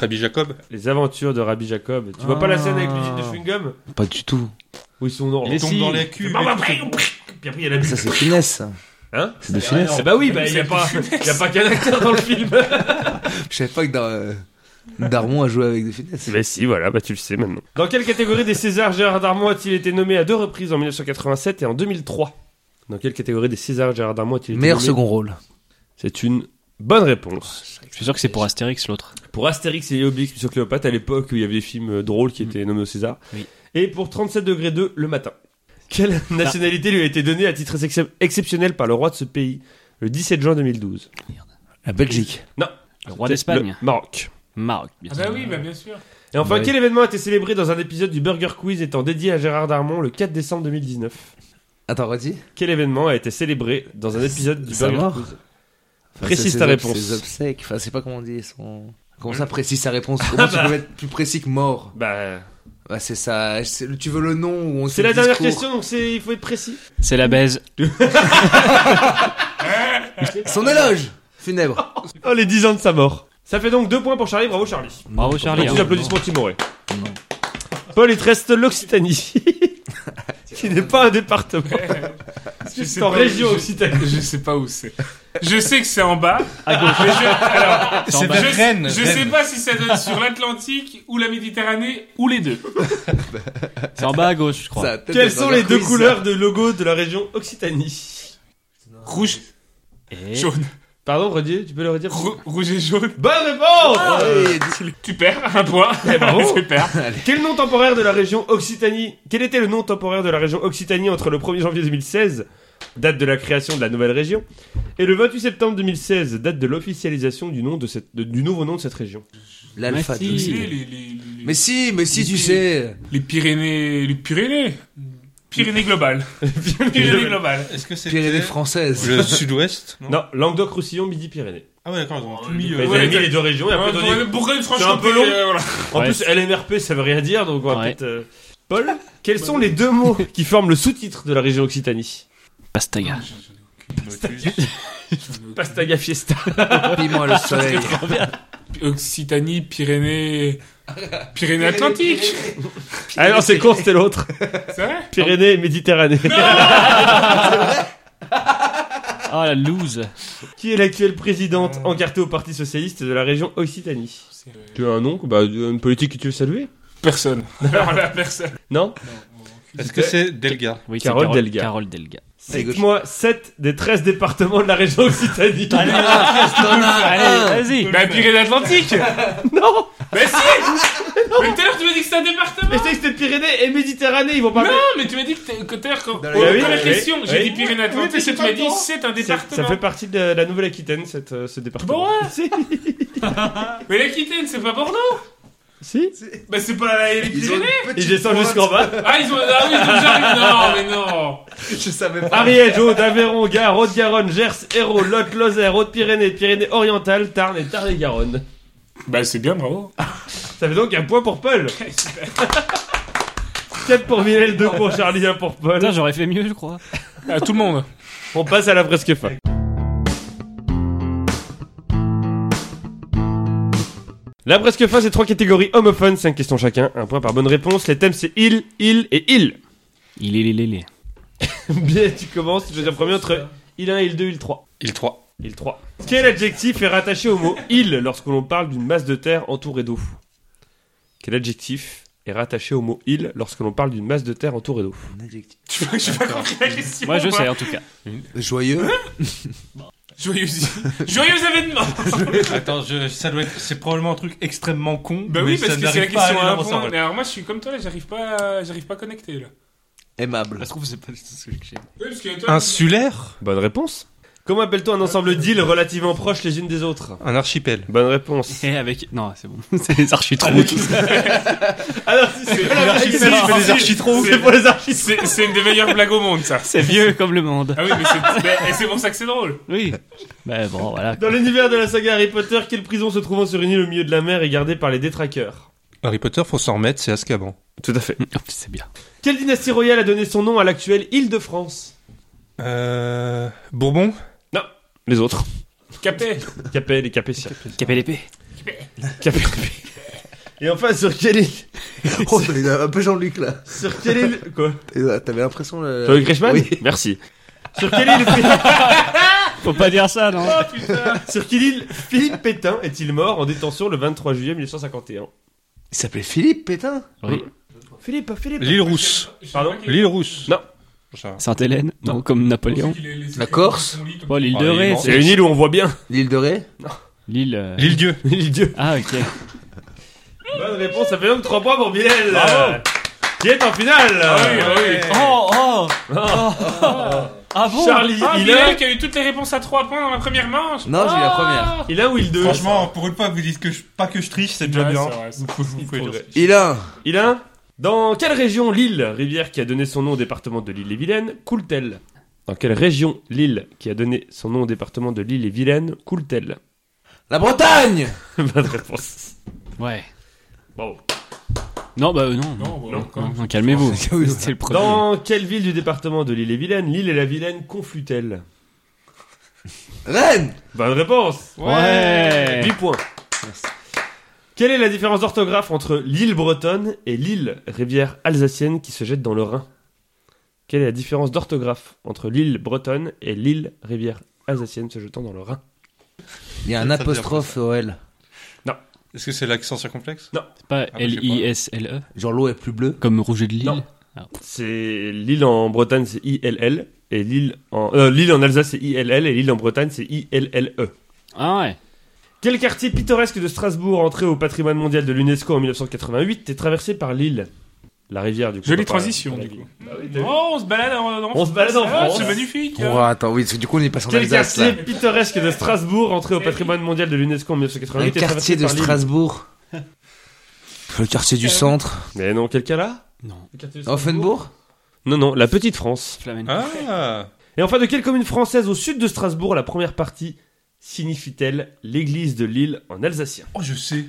Speaker 2: Rabbi Jacob.
Speaker 1: Les aventures de Rabbi Jacob. Tu vois pas la scène avec l'usine de chewing-gum
Speaker 5: Pas du tout.
Speaker 1: Où ils sont dans
Speaker 2: Il
Speaker 3: Mais
Speaker 2: tombe
Speaker 3: si.
Speaker 2: dans la cul.
Speaker 1: Bah, bah, après, on- Puis après, il y a la
Speaker 5: Ça,
Speaker 1: bulle.
Speaker 5: c'est finesse. ça.
Speaker 1: Hein
Speaker 5: C'est de finesse.
Speaker 1: Ah bah oui, bah, il n'y a,
Speaker 4: C'est
Speaker 1: pas- y a pas qu'un acteur dans le film.
Speaker 5: Je savais pas que Dar- euh, Darmon a joué avec de finesse.
Speaker 1: Bah si, voilà, bah tu le sais maintenant. Dans quelle catégorie des Césars Gérard Darmon a-t-il été nommé à deux reprises en 1987 et en 2003 Dans quelle catégorie des Césars Gérard Darmon a-t-il été
Speaker 5: Meilleur
Speaker 1: nommé
Speaker 5: second rôle.
Speaker 1: C'est une bonne réponse.
Speaker 3: Je suis sûr que c'est pour Astérix l'autre.
Speaker 1: Pour Astérix et Obélix sur Cléopâtre, à l'époque où il y avait des films euh, drôles
Speaker 5: Mm.
Speaker 1: qui étaient nommés au César.
Speaker 3: Oui.
Speaker 1: Et pour 37 degrés 2, le matin. Quelle
Speaker 5: Ah.
Speaker 1: nationalité lui a été donnée à titre excep- exceptionnel par le roi de ce pays le 17 juin 2012
Speaker 5: La Belgique.
Speaker 3: Le roi d'Espagne.
Speaker 1: Le Maroc.
Speaker 3: Maroc. bien
Speaker 4: Ah
Speaker 3: sûr.
Speaker 4: bah oui, bah bien sûr.
Speaker 1: Et enfin,
Speaker 5: Bah oui.
Speaker 1: quel événement a été célébré dans un épisode du Burger Quiz étant dédié à Gérard Darmon le 4 décembre 2019
Speaker 5: Attends, redis.
Speaker 1: Quel événement a été célébré dans un épisode du
Speaker 5: sa
Speaker 1: Burger
Speaker 5: mort
Speaker 1: Quiz
Speaker 5: Enfin,
Speaker 1: Précise
Speaker 5: c'est
Speaker 1: ta
Speaker 5: ses-
Speaker 1: réponse.
Speaker 5: Ses obsèques. Enfin, c'est pas comment on dit. Son... Comment ça précise sa réponse Comment tu peux être plus précis que mort
Speaker 1: Bah,
Speaker 5: Bah, c'est ça. c'est- Tu veux le nom ou on
Speaker 1: c'est la dernière question, donc c'est- il faut être précis.
Speaker 3: C'est la baise.
Speaker 5: Son éloge funèbre.
Speaker 1: Oh, les 10 ans de sa mort. Ça fait donc 2 points pour Charlie, bravo Charlie.
Speaker 3: Bravo Charlie. hein.
Speaker 1: Petit applaudissement Timoré. Paul, il te reste l'Occitanie. qui n'est pas un département. C'est
Speaker 4: Je sais
Speaker 1: Eh, en
Speaker 4: pas où-
Speaker 1: région
Speaker 4: je-
Speaker 1: Occitanie.
Speaker 4: Je sais pas où c'est. Je sais que c'est en bas. mais je- alors,
Speaker 3: C'est
Speaker 4: je,
Speaker 2: vers Rennes,
Speaker 4: je
Speaker 2: Rennes.
Speaker 4: sais pas si ça donne sur l'Atlantique ou la Méditerranée ou les deux.
Speaker 3: C'est en bas à gauche, je crois.
Speaker 5: Ça, peut-être
Speaker 1: Quelles
Speaker 5: le
Speaker 1: sont
Speaker 5: Burger
Speaker 1: les deux
Speaker 5: Quiz.
Speaker 1: couleurs de logo de la région Occitanie
Speaker 4: Rouge,
Speaker 3: Et-
Speaker 4: jaune.
Speaker 1: Pardon, redis, tu peux le redire
Speaker 4: Rou- Ah. rouge et jaune.
Speaker 1: Bonne réponse
Speaker 5: Ouais,
Speaker 4: Tu perds un point.
Speaker 1: Eh, bravo.
Speaker 4: Super.
Speaker 1: Quel nom temporaire de la région Occitanie Quel était le nom temporaire de la région Occitanie entre le 1er janvier 2016, date de la création de la nouvelle région, et le 28 septembre 2016, date de l'officialisation du, nom de cette- de- du nouveau nom de cette région
Speaker 5: L'alpha.
Speaker 3: Merci.
Speaker 5: de
Speaker 4: Les,
Speaker 5: l'Occident.
Speaker 4: les- les- les-
Speaker 5: Mais si, mais si,
Speaker 4: Mais
Speaker 5: tu
Speaker 4: si.
Speaker 5: sais.
Speaker 4: les Pyrénées. Les Pyrénées. Pyrénées globales. Pyrénées globales.
Speaker 2: Est-ce que c'est
Speaker 5: Pyrénées françaises.
Speaker 2: le sud-ouest
Speaker 1: Non, Languedoc-Roussillon, Midi-Pyrénées.
Speaker 2: Ah ouais, d'accord, ils ont tout
Speaker 4: Euh,
Speaker 2: mis.
Speaker 1: Ils
Speaker 2: euh,
Speaker 4: ouais,
Speaker 1: avaient mis
Speaker 4: t'as-
Speaker 1: les deux régions et après ils ont dit-
Speaker 4: Bourgogne-Franche-Comté.
Speaker 1: C'est un peu long.
Speaker 4: euh, voilà.
Speaker 1: En
Speaker 3: Ouais,
Speaker 1: plus,
Speaker 3: c'est-
Speaker 1: LMRP, ça veut rien dire, donc on va
Speaker 3: Ouais.
Speaker 1: peut-être... euh, Paul, quels sont les deux mots qui forment le sous-titre de la région Occitanie
Speaker 3: Pastaga.
Speaker 1: Pastaga Fiesta.
Speaker 5: Piment à le soleil.
Speaker 4: Occitanie, Pyrénées. Pyrénées-Atlantiques.
Speaker 1: Ah non, c'est con, c'était l'autre.
Speaker 4: C'est vrai
Speaker 1: Pyrénées et Méditerranée.
Speaker 3: Ah la loose.
Speaker 1: Qui est l'actuelle présidente
Speaker 4: Euh.
Speaker 1: encartée au Parti Socialiste de la région Occitanie Tu as un nom bah, Une politique que tu veux saluer
Speaker 4: Personne. Alors la personne.
Speaker 1: Non
Speaker 2: Est-ce que c'est Delga
Speaker 3: Oui, c'est
Speaker 1: Carole Delga.
Speaker 3: Carole Delga.
Speaker 5: C'est gauche.
Speaker 1: Cite-moi 7 des 13 départements de la région Occitanie.
Speaker 4: Ah
Speaker 3: Allez, vas-y.
Speaker 4: La Pyrénées-Atlantiques
Speaker 1: non
Speaker 4: Mais si Mais tout à l'heure tu m'as dit que c'était un département
Speaker 1: Mais c'est que c'était Pyrénées et Méditerranée, ils vont pas...
Speaker 4: Non, mais tu m'as dit que t'es- que tout à l'heure, quand on
Speaker 5: Dans la-
Speaker 1: Oui,
Speaker 4: la
Speaker 1: oui,
Speaker 4: question,
Speaker 1: oui.
Speaker 4: j'ai dit
Speaker 1: Oui,
Speaker 4: Pyrénées-Atlantiques
Speaker 1: mais c'est
Speaker 4: et tu
Speaker 1: pas
Speaker 4: m'as
Speaker 1: le
Speaker 4: dit
Speaker 1: temps.
Speaker 4: c'est un
Speaker 1: Ça,
Speaker 4: département.
Speaker 1: ça fait partie de la Nouvelle-Aquitaine, cette, euh, ce département.
Speaker 4: Bah
Speaker 1: Si,
Speaker 4: Mais l'Aquitaine, c'est pas Bordeaux
Speaker 1: si.
Speaker 4: Bah c'est pas la- les
Speaker 5: Ils ont
Speaker 4: Pyrénées
Speaker 5: une
Speaker 1: Il
Speaker 5: petite
Speaker 1: descend
Speaker 5: pointe.
Speaker 1: jusqu'en bas.
Speaker 4: Ah, ils ont. Ah oui, ils ont déjà eu- Non, mais non
Speaker 5: Je savais pas.
Speaker 1: Ariège, Aude, Aveyron, Gare, Haute-Garonne, Gers, Hérault, Lot, Lozère, Haute-Pyrénées, Pyrénées-Orientales, Tarn et Tarn-et-Garonne.
Speaker 4: Bah c'est bien, bravo
Speaker 1: Ça fait donc un point pour Paul. 4 pour Vinel, 2 pour Charlie, 1 pour Paul.
Speaker 3: Putain, j'aurais fait mieux, je crois.
Speaker 4: À tout le monde
Speaker 1: On passe à la presque fin. La presque fin, c'est trois catégories homophones, 5 questions chacun, un point par bonne réponse. Les thèmes, c'est il, il et il.
Speaker 3: Il est les les.
Speaker 1: Bien, tu commences, je vais dire premier entre il 1, il 2, il 3.
Speaker 2: Il 3.
Speaker 1: Il 3. Quel adjectif est rattaché au mot il lorsque l'on parle d'une masse de terre entourée d'eau Quel adjectif est rattaché au mot il lorsque l'on parle d'une masse de terre entourée d'eau
Speaker 4: Tu vois que j'ai pas compris la question
Speaker 3: Moi, je
Speaker 4: moi.
Speaker 1: Hein
Speaker 3: sais en tout cas.
Speaker 5: Joyeux.
Speaker 4: Joyeux, joyeux événement
Speaker 2: Attends, je- ça doit être. C'est probablement un truc extrêmement con.
Speaker 4: Bah oui,
Speaker 2: mais ça
Speaker 4: parce que c'est la
Speaker 2: n'arrive pas à
Speaker 4: question
Speaker 2: aller
Speaker 4: à un
Speaker 2: dans mon
Speaker 4: point.
Speaker 2: cerveau.
Speaker 4: Mais alors moi, je suis comme toi, là, j'arrive pas, à- j'arrive pas à connecter, là.
Speaker 5: Aimable.
Speaker 2: Ça se trouve, c'est pas ce que j'ai.
Speaker 4: Oui, parce que toi,
Speaker 2: Insulaire
Speaker 1: Bonne réponse. Comment appelle-t-on un ensemble d'îles relativement proches les unes des autres
Speaker 2: Un archipel.
Speaker 1: Bonne réponse.
Speaker 3: Et avec. Non, c'est bon. c'est les
Speaker 2: Ah,
Speaker 3: architrous.
Speaker 1: Alors, si c'est pas la
Speaker 4: archipel,
Speaker 1: vraie question,
Speaker 4: c'est-
Speaker 1: les architrons,
Speaker 4: c'est-
Speaker 1: c'est pour les architrons.
Speaker 4: c'est c'est une des meilleures blagues au monde, ça.
Speaker 3: C'est vieux comme le monde.
Speaker 4: Ah oui, mais c'est- mais- et c'est pour ça que c'est drôle.
Speaker 3: Oui. Bah bon, voilà.
Speaker 1: Dans l'univers de la saga Harry Potter, quelle prison se trouvant sur une île au milieu de la mer et gardée par les détraqueurs
Speaker 2: Harry Potter, faut s'en remettre, c'est Azkaban.
Speaker 1: Tout à fait.
Speaker 3: Oh, C'est bien.
Speaker 1: Quelle dynastie royale a donné son nom à l'actuelle Île-de-France
Speaker 2: Euh. Bourbon
Speaker 1: Les autres.
Speaker 4: Capet.
Speaker 1: Capet, les Capétiens.
Speaker 3: Capé l'épée.
Speaker 1: Capet. Et enfin, sur quelle île
Speaker 5: Oh, t'as un peu Jean-Luc là.
Speaker 1: Sur quelle île Quoi
Speaker 5: T'avais l'impression. euh,
Speaker 1: Jean-Luc Reichmann
Speaker 5: Oui.
Speaker 1: Merci. Sur quelle île,
Speaker 3: Faut pas dire ça, non
Speaker 4: Oh putain.
Speaker 1: sur quelle île Philippe Pétain est-il mort en détention le 23 juillet 1951
Speaker 5: Il s'appelait Philippe Pétain.
Speaker 3: Oui.
Speaker 1: Philippe, Philippe.
Speaker 2: L'île Rousse.
Speaker 1: Pardon
Speaker 2: L'île Rousse.
Speaker 1: Non.
Speaker 2: Ça.
Speaker 3: Sainte-Hélène, non, comme Napoléon.
Speaker 5: La Corse.
Speaker 3: Pas l'île de
Speaker 2: Ah, Oh, il est
Speaker 3: Ré.
Speaker 2: mort.
Speaker 1: C'est une île où on voit bien.
Speaker 5: L'île de Ré.
Speaker 3: L'île. euh,
Speaker 2: L'île Dieu.
Speaker 1: L'île Dieu.
Speaker 3: Ah, ok.
Speaker 1: Bonne réponse, ça fait donc 3 points pour Bilal.
Speaker 2: Bravo.
Speaker 1: Qui est en finale.
Speaker 4: Ah oui, ah oui.
Speaker 3: Oh, oh Ah
Speaker 1: Oh, Charlie,
Speaker 4: Ah,
Speaker 1: il,
Speaker 4: Bilal
Speaker 1: a,
Speaker 4: qui a eu toutes les réponses à 3 points dans la première manche.
Speaker 5: Non, j'ai eu
Speaker 1: Oh
Speaker 5: la première.
Speaker 1: il a ou il 2
Speaker 2: Euh, Franchement, pour une fois, vous dites que je- pas que je triche, c'est déjà
Speaker 4: Ouais,
Speaker 2: bien.
Speaker 4: c'est vrai, c'est
Speaker 2: Vous pouvez- vous pouvez dire ça.
Speaker 5: Il a.
Speaker 1: Il a un Dans quelle région l'île, rivière qui a donné son nom au département de l'île et Vilaine, coule-t-elle Dans quelle région l'île qui a donné son nom au département de l'île et Vilaine, coule-t-elle
Speaker 5: La Bretagne.
Speaker 1: Bonne réponse.
Speaker 3: Ouais.
Speaker 1: Bravo.
Speaker 3: Non, bah euh, non.
Speaker 4: Non,
Speaker 3: Non,
Speaker 4: bon, quand
Speaker 3: non,
Speaker 4: même.
Speaker 3: non, calmez-vous. C'était le premier.
Speaker 1: Dans quelle ville du département de l'île et Vilaine, l'île et la Vilaine confluent-elle
Speaker 5: Rennes.
Speaker 1: Bonne réponse
Speaker 3: Ouais.
Speaker 1: 8 points. Quelle est la différence d'orthographe entre l'île bretonne et l'île rivière alsacienne qui se jette dans le Rhin Quelle est la différence d'orthographe entre l'île bretonne et l'île rivière alsacienne se jetant dans le Rhin
Speaker 5: Il y a un
Speaker 2: Ça te dit
Speaker 5: apostrophe au L.
Speaker 2: Est-ce que c'est l'accent circonflexe
Speaker 3: C'est
Speaker 2: bah, je
Speaker 3: pas
Speaker 2: sais pas.
Speaker 3: L-I-S-L-E
Speaker 5: Genre l'eau est plus bleue.
Speaker 3: E, Comme Rouge de Lille
Speaker 1: Non. C'est l'île en Bretagne c'est ILL et l'île en euh, l'île en Alsace c'est ILL et l'île en Bretagne c'est ILLE.
Speaker 3: Ah ouais.
Speaker 1: Quel quartier pittoresque de Strasbourg entré au patrimoine mondial de l'UNESCO en 1988 est traversé par l'île La rivière du coup.
Speaker 4: Jolie
Speaker 1: pas par la-
Speaker 4: transition,
Speaker 1: par la
Speaker 4: du
Speaker 1: ville.
Speaker 4: coup.
Speaker 1: Bah oui, t'as vu.
Speaker 4: Oh, on se balade en, en
Speaker 1: On se balade en
Speaker 4: Ah,
Speaker 1: France.
Speaker 4: C'est magnifique.
Speaker 5: Oh, attends, oui, parce que du coup on est passé en
Speaker 1: Quel
Speaker 5: Alsace
Speaker 1: quartier
Speaker 5: là.
Speaker 1: pittoresque de Strasbourg
Speaker 4: Eh
Speaker 1: entré au patrimoine mondial de l'UNESCO en
Speaker 5: Un
Speaker 1: 1988 est traversé
Speaker 5: quartier de
Speaker 1: par l'île Euh,
Speaker 5: Strasbourg. Le quartier du centre.
Speaker 1: Mais non, quel cas là
Speaker 3: Non.
Speaker 5: Offenbourg
Speaker 1: Non, non, la petite France.
Speaker 3: Flamen.
Speaker 2: Ah
Speaker 1: Et enfin, de quelle commune française au sud de Strasbourg la première partie signifie-t-elle l'église de Lille en alsacien
Speaker 2: Oh, je sais.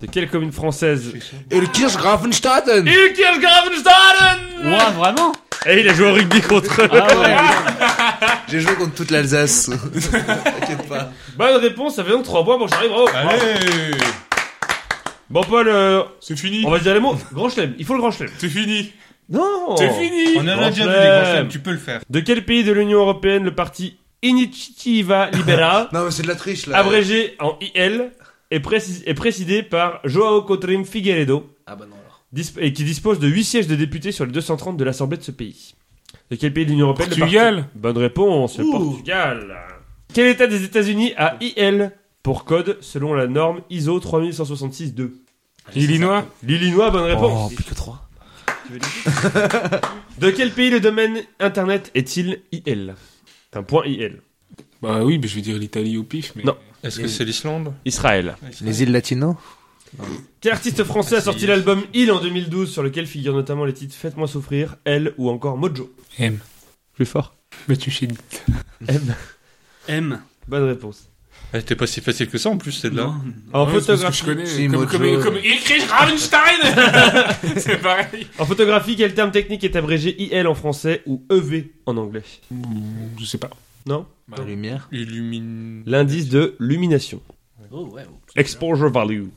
Speaker 1: De quelle commune française
Speaker 5: Et le Kirchgrafenstaden
Speaker 4: Ilkirchgrafenstaden
Speaker 3: Ouah, vraiment
Speaker 1: Et Eh, il a joué au rugby contre eux.
Speaker 3: Ah ouais.
Speaker 5: J'ai joué contre toute l'Alsace. T'inquiète pas.
Speaker 1: Bonne réponse, ça fait donc 3 points pour Charlie, bravo
Speaker 2: Allez
Speaker 1: Bon, Paul, euh,
Speaker 4: C'est fini.
Speaker 1: on va se dire les mots. Grand chelem, il faut le grand chelem.
Speaker 4: C'est fini.
Speaker 1: Non
Speaker 4: C'est fini.
Speaker 2: On en
Speaker 1: Grand
Speaker 2: a déjà
Speaker 1: chelem.
Speaker 2: vu des grands chelems, tu peux le faire.
Speaker 1: De quel pays de l'Union Européenne le parti Initiativa Libera
Speaker 5: Non, mais c'est de la triche
Speaker 1: Ah,
Speaker 5: là.
Speaker 1: abrégé en IL, est, précis- est présidé par Joao Cotrim Figueiredo,
Speaker 5: Ah bah non alors.
Speaker 1: disp- et qui dispose de 8 sièges de députés sur les 230 de l'Assemblée de ce pays. De quel pays de l'Union Européenne le parti-
Speaker 4: Portugal.
Speaker 1: Bonne réponse, le
Speaker 5: Ouh.
Speaker 1: Portugal. Quel état des États-Unis a IL pour code selon la norme ISO 3166-2
Speaker 4: Illinois.
Speaker 1: L'Illinois,
Speaker 4: Oh,
Speaker 1: bonne réponse.
Speaker 5: plus que 3.
Speaker 1: De quel pays le domaine internet est-il IL C'est un point IL.
Speaker 4: Bah oui, mais je vais dire l'Italie au pif. Mais...
Speaker 1: Non.
Speaker 2: Est-ce
Speaker 5: Et-
Speaker 2: que c'est l'Islande
Speaker 1: Israël.
Speaker 5: Les îles latino
Speaker 1: Quel artiste français a
Speaker 2: Ah, si.
Speaker 1: sorti l'album Il en 2012 sur lequel figurent notamment les titres Faites-moi souffrir, Elle ou encore Mojo
Speaker 4: M.
Speaker 1: Plus fort.
Speaker 4: Bah tu sais.
Speaker 1: M.
Speaker 3: M.
Speaker 1: Bonne réponse.
Speaker 2: Elle était Ah, pas si facile que ça en plus, c'est de là.
Speaker 3: Non.
Speaker 1: En,
Speaker 4: Ouais, c'est parce
Speaker 1: photographie,
Speaker 4: que Je connais.
Speaker 5: Si,
Speaker 4: comme,
Speaker 5: Mojo.
Speaker 4: comme, comme Ilkirchgrafenstein. C'est pareil.
Speaker 1: en photographie, quel terme technique est abrégé IL en français ou EV en anglais
Speaker 4: Je sais pas.
Speaker 1: Non
Speaker 5: La lumière.
Speaker 2: Illumine.
Speaker 1: L'indice de lumination.
Speaker 5: Oh ouais.
Speaker 1: Exposure value.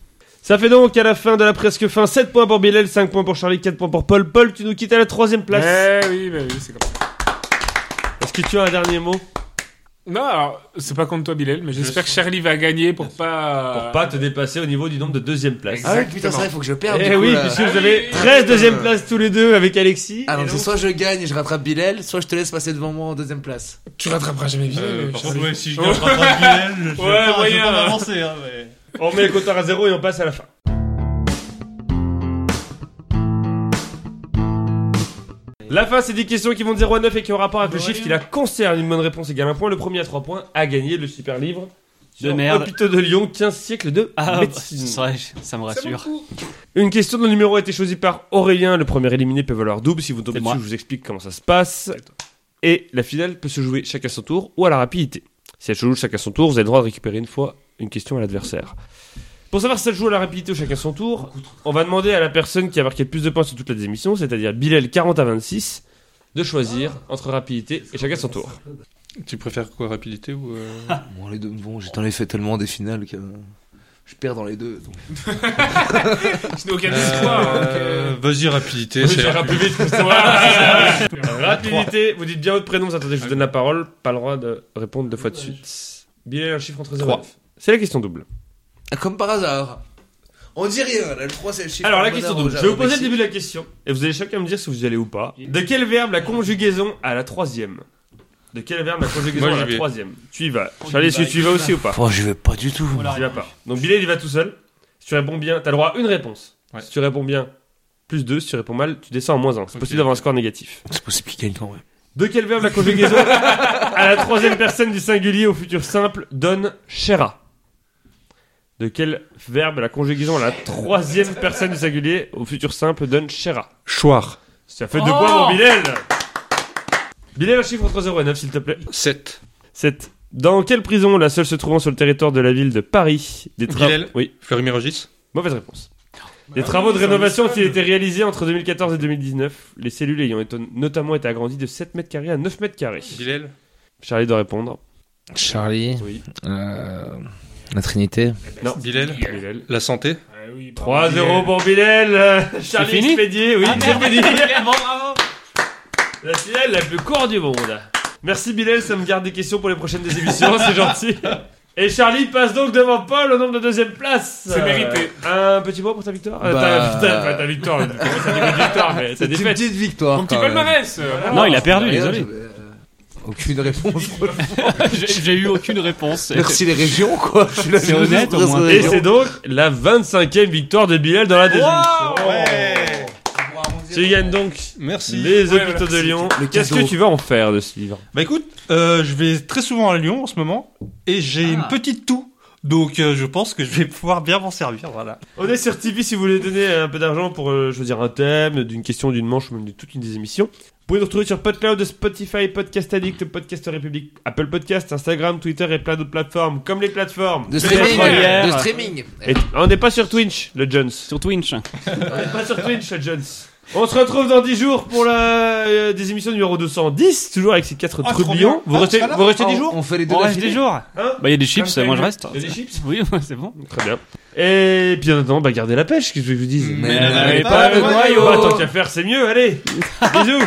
Speaker 1: Ça fait donc à la fin de la presque fin 7 points pour Bilal, 5 points pour Charlie, 4 points pour Paul. Paul, tu nous quittes à la troisième place.
Speaker 4: Eh oui, bah oui, c'est comme ça.
Speaker 1: Est-ce que tu as un dernier mot
Speaker 4: Non, alors, c'est pas contre toi, Bilal, mais j'espère que Charlie va gagner pour pas.
Speaker 1: Pour pas te dépasser au niveau du nombre de deuxième place.
Speaker 5: Ah
Speaker 4: Exactement.
Speaker 5: ouais, putain, c'est vrai, faut que je perde.
Speaker 1: Eh
Speaker 5: du coup,
Speaker 1: oui,
Speaker 5: là.
Speaker 1: puisque vous avez 13 deuxième place tous les deux avec Alexis.
Speaker 5: Ah
Speaker 1: Et
Speaker 5: donc c'est
Speaker 1: donc-
Speaker 5: soit je gagne et je rattrape Bilal, soit je te laisse passer devant moi en deuxième place.
Speaker 4: Tu rattraperas jamais Bilal.
Speaker 2: Euh, par
Speaker 4: Charlie.
Speaker 2: contre, ouais, si je gagne, je rattrape Guilhem, je- je vais
Speaker 4: Ouais,
Speaker 2: pas- je vais
Speaker 4: moyen,
Speaker 2: pas
Speaker 4: hein.
Speaker 2: m'avancer, hein, mais-
Speaker 1: On met les compteurs à zéro et on passe à la fin. La fin, c'est des questions qui vont de 0 à 9 et qui ont rapport avec le chiffre qui la concerne. Une bonne réponse égale un point. Le premier à 3 points a gagné le super livre sur
Speaker 3: merde.
Speaker 1: Hôpitaux de Lyon, 15 siècles de médecine.
Speaker 3: Ah, bah, c'est vrai, ça me rassure.
Speaker 1: Une question dont le numéro a été choisi par Aurélien. Le premier éliminé peut valoir double. Si vous tombez
Speaker 3: C'est
Speaker 1: dessus,
Speaker 3: moi.
Speaker 1: je vous explique comment ça se passe. Et la finale peut se jouer chacun son tour ou à la rapidité. Si elle se joue chacun son tour, vous avez le droit de récupérer une fois une question à l'adversaire. Pour savoir si ça se joue à la rapidité ou chacun son tour, on va demander à la personne qui a marqué le plus de points sur toutes les émissions, c'est-à-dire Bilal 40 à 26, de choisir entre rapidité et chacun son tour.
Speaker 2: Tu préfères quoi, rapidité ou. euh,
Speaker 5: Bon, les deux, bon, j'ai t'en ai fait tellement des finales que je perds dans les deux. donc.
Speaker 4: Je n'ai aucun espoir. donc,
Speaker 2: Euh,
Speaker 4: euh,
Speaker 2: Vas-y, rapidité, c'est rapide.
Speaker 1: vite
Speaker 4: voilà.
Speaker 1: Rapidité, vous dites bien votre prénom, vous attendez, je vous donne la parole. Pas le droit de répondre deux fois de suite. Bilal, un chiffre entre 0 et
Speaker 2: Trois.
Speaker 1: 9. C'est la question double.
Speaker 5: Ah, Comme par hasard. On dit rien, là, le 3 c'est le chiffre.
Speaker 1: Alors, la
Speaker 5: Bonheur
Speaker 1: question
Speaker 5: au
Speaker 1: double. Je
Speaker 5: Jardin
Speaker 1: vais vous poser le
Speaker 5: Mexique.
Speaker 1: début de la question et vous allez chacun me dire si vous y allez ou pas. De quel verbe la conjugaison à la troisième De quel verbe la conjugaison
Speaker 2: Moi, j'y
Speaker 1: à la
Speaker 2: vais.
Speaker 1: troisième Tu y vas. Charlie, est-ce que tu y vas aussi ou pas
Speaker 5: Oh, je vais pas du tout.
Speaker 1: Tu y vas pas. Donc, Bilal, il va tout seul. Si tu réponds bien, t'as le droit à une réponse.
Speaker 2: Ouais.
Speaker 1: Si tu réponds bien, plus 2. Si tu réponds mal, tu descends en moins 1. C'est
Speaker 2: Ok.
Speaker 1: possible d'avoir un score négatif.
Speaker 5: C'est possible qu'il gagne quand même.
Speaker 1: De quel verbe la conjugaison à la troisième personne du singulier au futur simple donne chéra De quel verbe la conjugaison à la troisième personne du singulier au futur simple donne chéra
Speaker 2: Choir.
Speaker 1: Ça fait deux points pour
Speaker 2: Oh
Speaker 1: Bilal Bilal, un chiffre entre 0 et 9, s'il te plaît.
Speaker 2: 7.
Speaker 1: 7. Dans quelle prison, la seule se trouvant sur le territoire de la ville de Paris des tra-
Speaker 2: Bilal.
Speaker 1: Oui,
Speaker 2: Fleury-Mérogis.
Speaker 1: mauvaise réponse. Des travaux de rénovation ont-ils été réalisés entre 2014 et 2019, les cellules ayant été- notamment été agrandies de 7 mètres carrés à 9 mètres carrés
Speaker 2: Bilal.
Speaker 1: Charlie doit répondre.
Speaker 5: Charlie, euh,
Speaker 1: Oui.
Speaker 5: la Trinité.
Speaker 1: Non.
Speaker 2: Bilal.
Speaker 1: Bilal.
Speaker 2: La santé.
Speaker 4: Ah oui, bravo,
Speaker 1: 3-0
Speaker 4: Bilal.
Speaker 1: pour Bilal. euh, Charlie
Speaker 3: fini
Speaker 1: expédié,
Speaker 4: Ah,
Speaker 1: oui, expédié.
Speaker 3: bravo
Speaker 1: La finale la plus courte du monde. Merci Bilal, ça me garde des questions pour les prochaines des émissions, c'est gentil. Et Charlie passe donc devant Paul au nombre de deuxième place.
Speaker 4: C'est mérité.
Speaker 1: Euh, un petit mot pour ta victoire Euh,
Speaker 5: Bah-
Speaker 1: ta, putain, pas ta victoire, mais comment ça dit pas victoire, mais ta
Speaker 5: C'est une
Speaker 1: défaite.
Speaker 5: petite victoire.
Speaker 4: Mon petit
Speaker 5: quand même.
Speaker 4: palmarès. euh, bravo.
Speaker 3: Non, il a perdu,
Speaker 5: Rien,
Speaker 3: désolé.
Speaker 5: j'avais, euh, Aucune réponse.
Speaker 3: J'ai j'ai eu aucune réponse.
Speaker 5: Merci les régions, quoi. Je suis là
Speaker 3: C'est
Speaker 5: juste
Speaker 3: honnête,
Speaker 5: pour
Speaker 3: au moins.
Speaker 5: les
Speaker 1: Et
Speaker 5: régions.
Speaker 1: c'est donc la 25e victoire de Bilal dans la deuxième émission. Tu gagnes donc
Speaker 2: Merci.
Speaker 1: les
Speaker 4: Ouais,
Speaker 1: hôpitaux de
Speaker 4: voilà.
Speaker 1: Lyon.
Speaker 5: Le
Speaker 1: Qu'est-ce que
Speaker 5: cadeau.
Speaker 1: tu vas en faire de ce livre
Speaker 2: Bah écoute, euh, je vais très souvent à Lyon en ce moment et j'ai une petite toux. Donc euh, je pense que je vais pouvoir bien m'en servir, voilà.
Speaker 1: On est sur TV si vous voulez donner un peu d'argent pour euh, choisir un thème, d'une question, d'une manche, ou même de toute une des émissions. Vous pouvez nous retrouver sur PodCloud, Spotify, Podcast Addict, Podcast République, Apple Podcast, Instagram, Twitter et plein d'autres plateformes, comme les plateformes.
Speaker 5: De streaming.
Speaker 3: première.
Speaker 5: De streaming.
Speaker 1: Et on n'est pas sur Twitch, le Jones.
Speaker 3: Sur Twitch.
Speaker 1: On n'est pas sur Twitch, le Jones. On se retrouve dans 10 jours pour la euh, des émissions numéro 210, toujours avec ces 4
Speaker 2: Ah, trop
Speaker 1: trublions.
Speaker 2: bien.
Speaker 1: Vous
Speaker 2: Ah,
Speaker 1: restez,
Speaker 2: tu seras là
Speaker 1: vous restez
Speaker 5: Ah,
Speaker 1: 10
Speaker 5: on-
Speaker 1: jours
Speaker 5: On fait les deux
Speaker 3: On reste
Speaker 5: d'affilée.
Speaker 3: des jours.
Speaker 1: Hein
Speaker 3: Bah, il y a des chips,
Speaker 4: Comme
Speaker 3: moi je
Speaker 4: prévu.
Speaker 3: reste.
Speaker 1: Il y a des chips
Speaker 3: Oui, c'est bon.
Speaker 1: Très bien. Et puis en attendant, bah, gardez la pêche, qu'est-ce que je vous dis
Speaker 5: Mais n'avez
Speaker 1: Mais
Speaker 5: pas
Speaker 1: pas
Speaker 5: le
Speaker 1: le
Speaker 5: noyau.
Speaker 1: noyau. Bah, tant qu'à faire, c'est mieux, allez. Bisous.